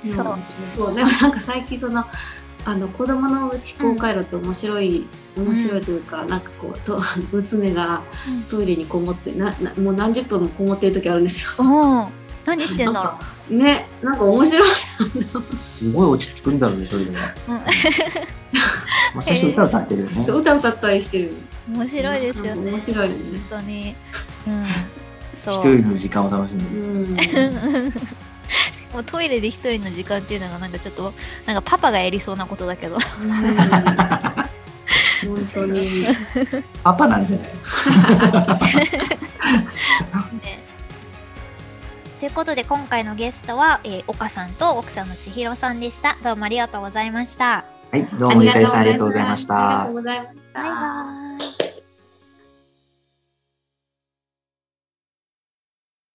[SPEAKER 2] そう
[SPEAKER 4] うんそうでもなんか最近そのあの子供の思考回路って面白い、面白いというか、なんかこうと娘が
[SPEAKER 2] うん
[SPEAKER 4] トイレにこもってななもう何十分もこもってる時あるんですよ。
[SPEAKER 2] うん、何してんだろ
[SPEAKER 4] ねなんか面白い。
[SPEAKER 3] ね、すごい落ち着くんだろうね、トイレが。
[SPEAKER 2] う、うん
[SPEAKER 3] まあ、最初歌歌ってるよね。
[SPEAKER 4] そう歌歌ったりしてる。
[SPEAKER 2] 面白いですよね。
[SPEAKER 4] 面白いよね。
[SPEAKER 2] 本当に。うん。
[SPEAKER 3] 一
[SPEAKER 2] そう。
[SPEAKER 3] 人の時間を楽しんで
[SPEAKER 4] う
[SPEAKER 3] る。
[SPEAKER 4] ん。
[SPEAKER 2] もうトイレで一人の時間っていうのがなんかちょっとなんかパパがやりそうなことだけど
[SPEAKER 4] うん本当 に。
[SPEAKER 3] パパなんじゃない
[SPEAKER 2] ね。ということで今回のゲストは、えー、岡さんと奥さんの千尋さんでした。どうもありがとうございました。
[SPEAKER 3] はい、どうもゆかりさんありがとうございました
[SPEAKER 4] ありがとう。ございました。
[SPEAKER 2] バイバーイ。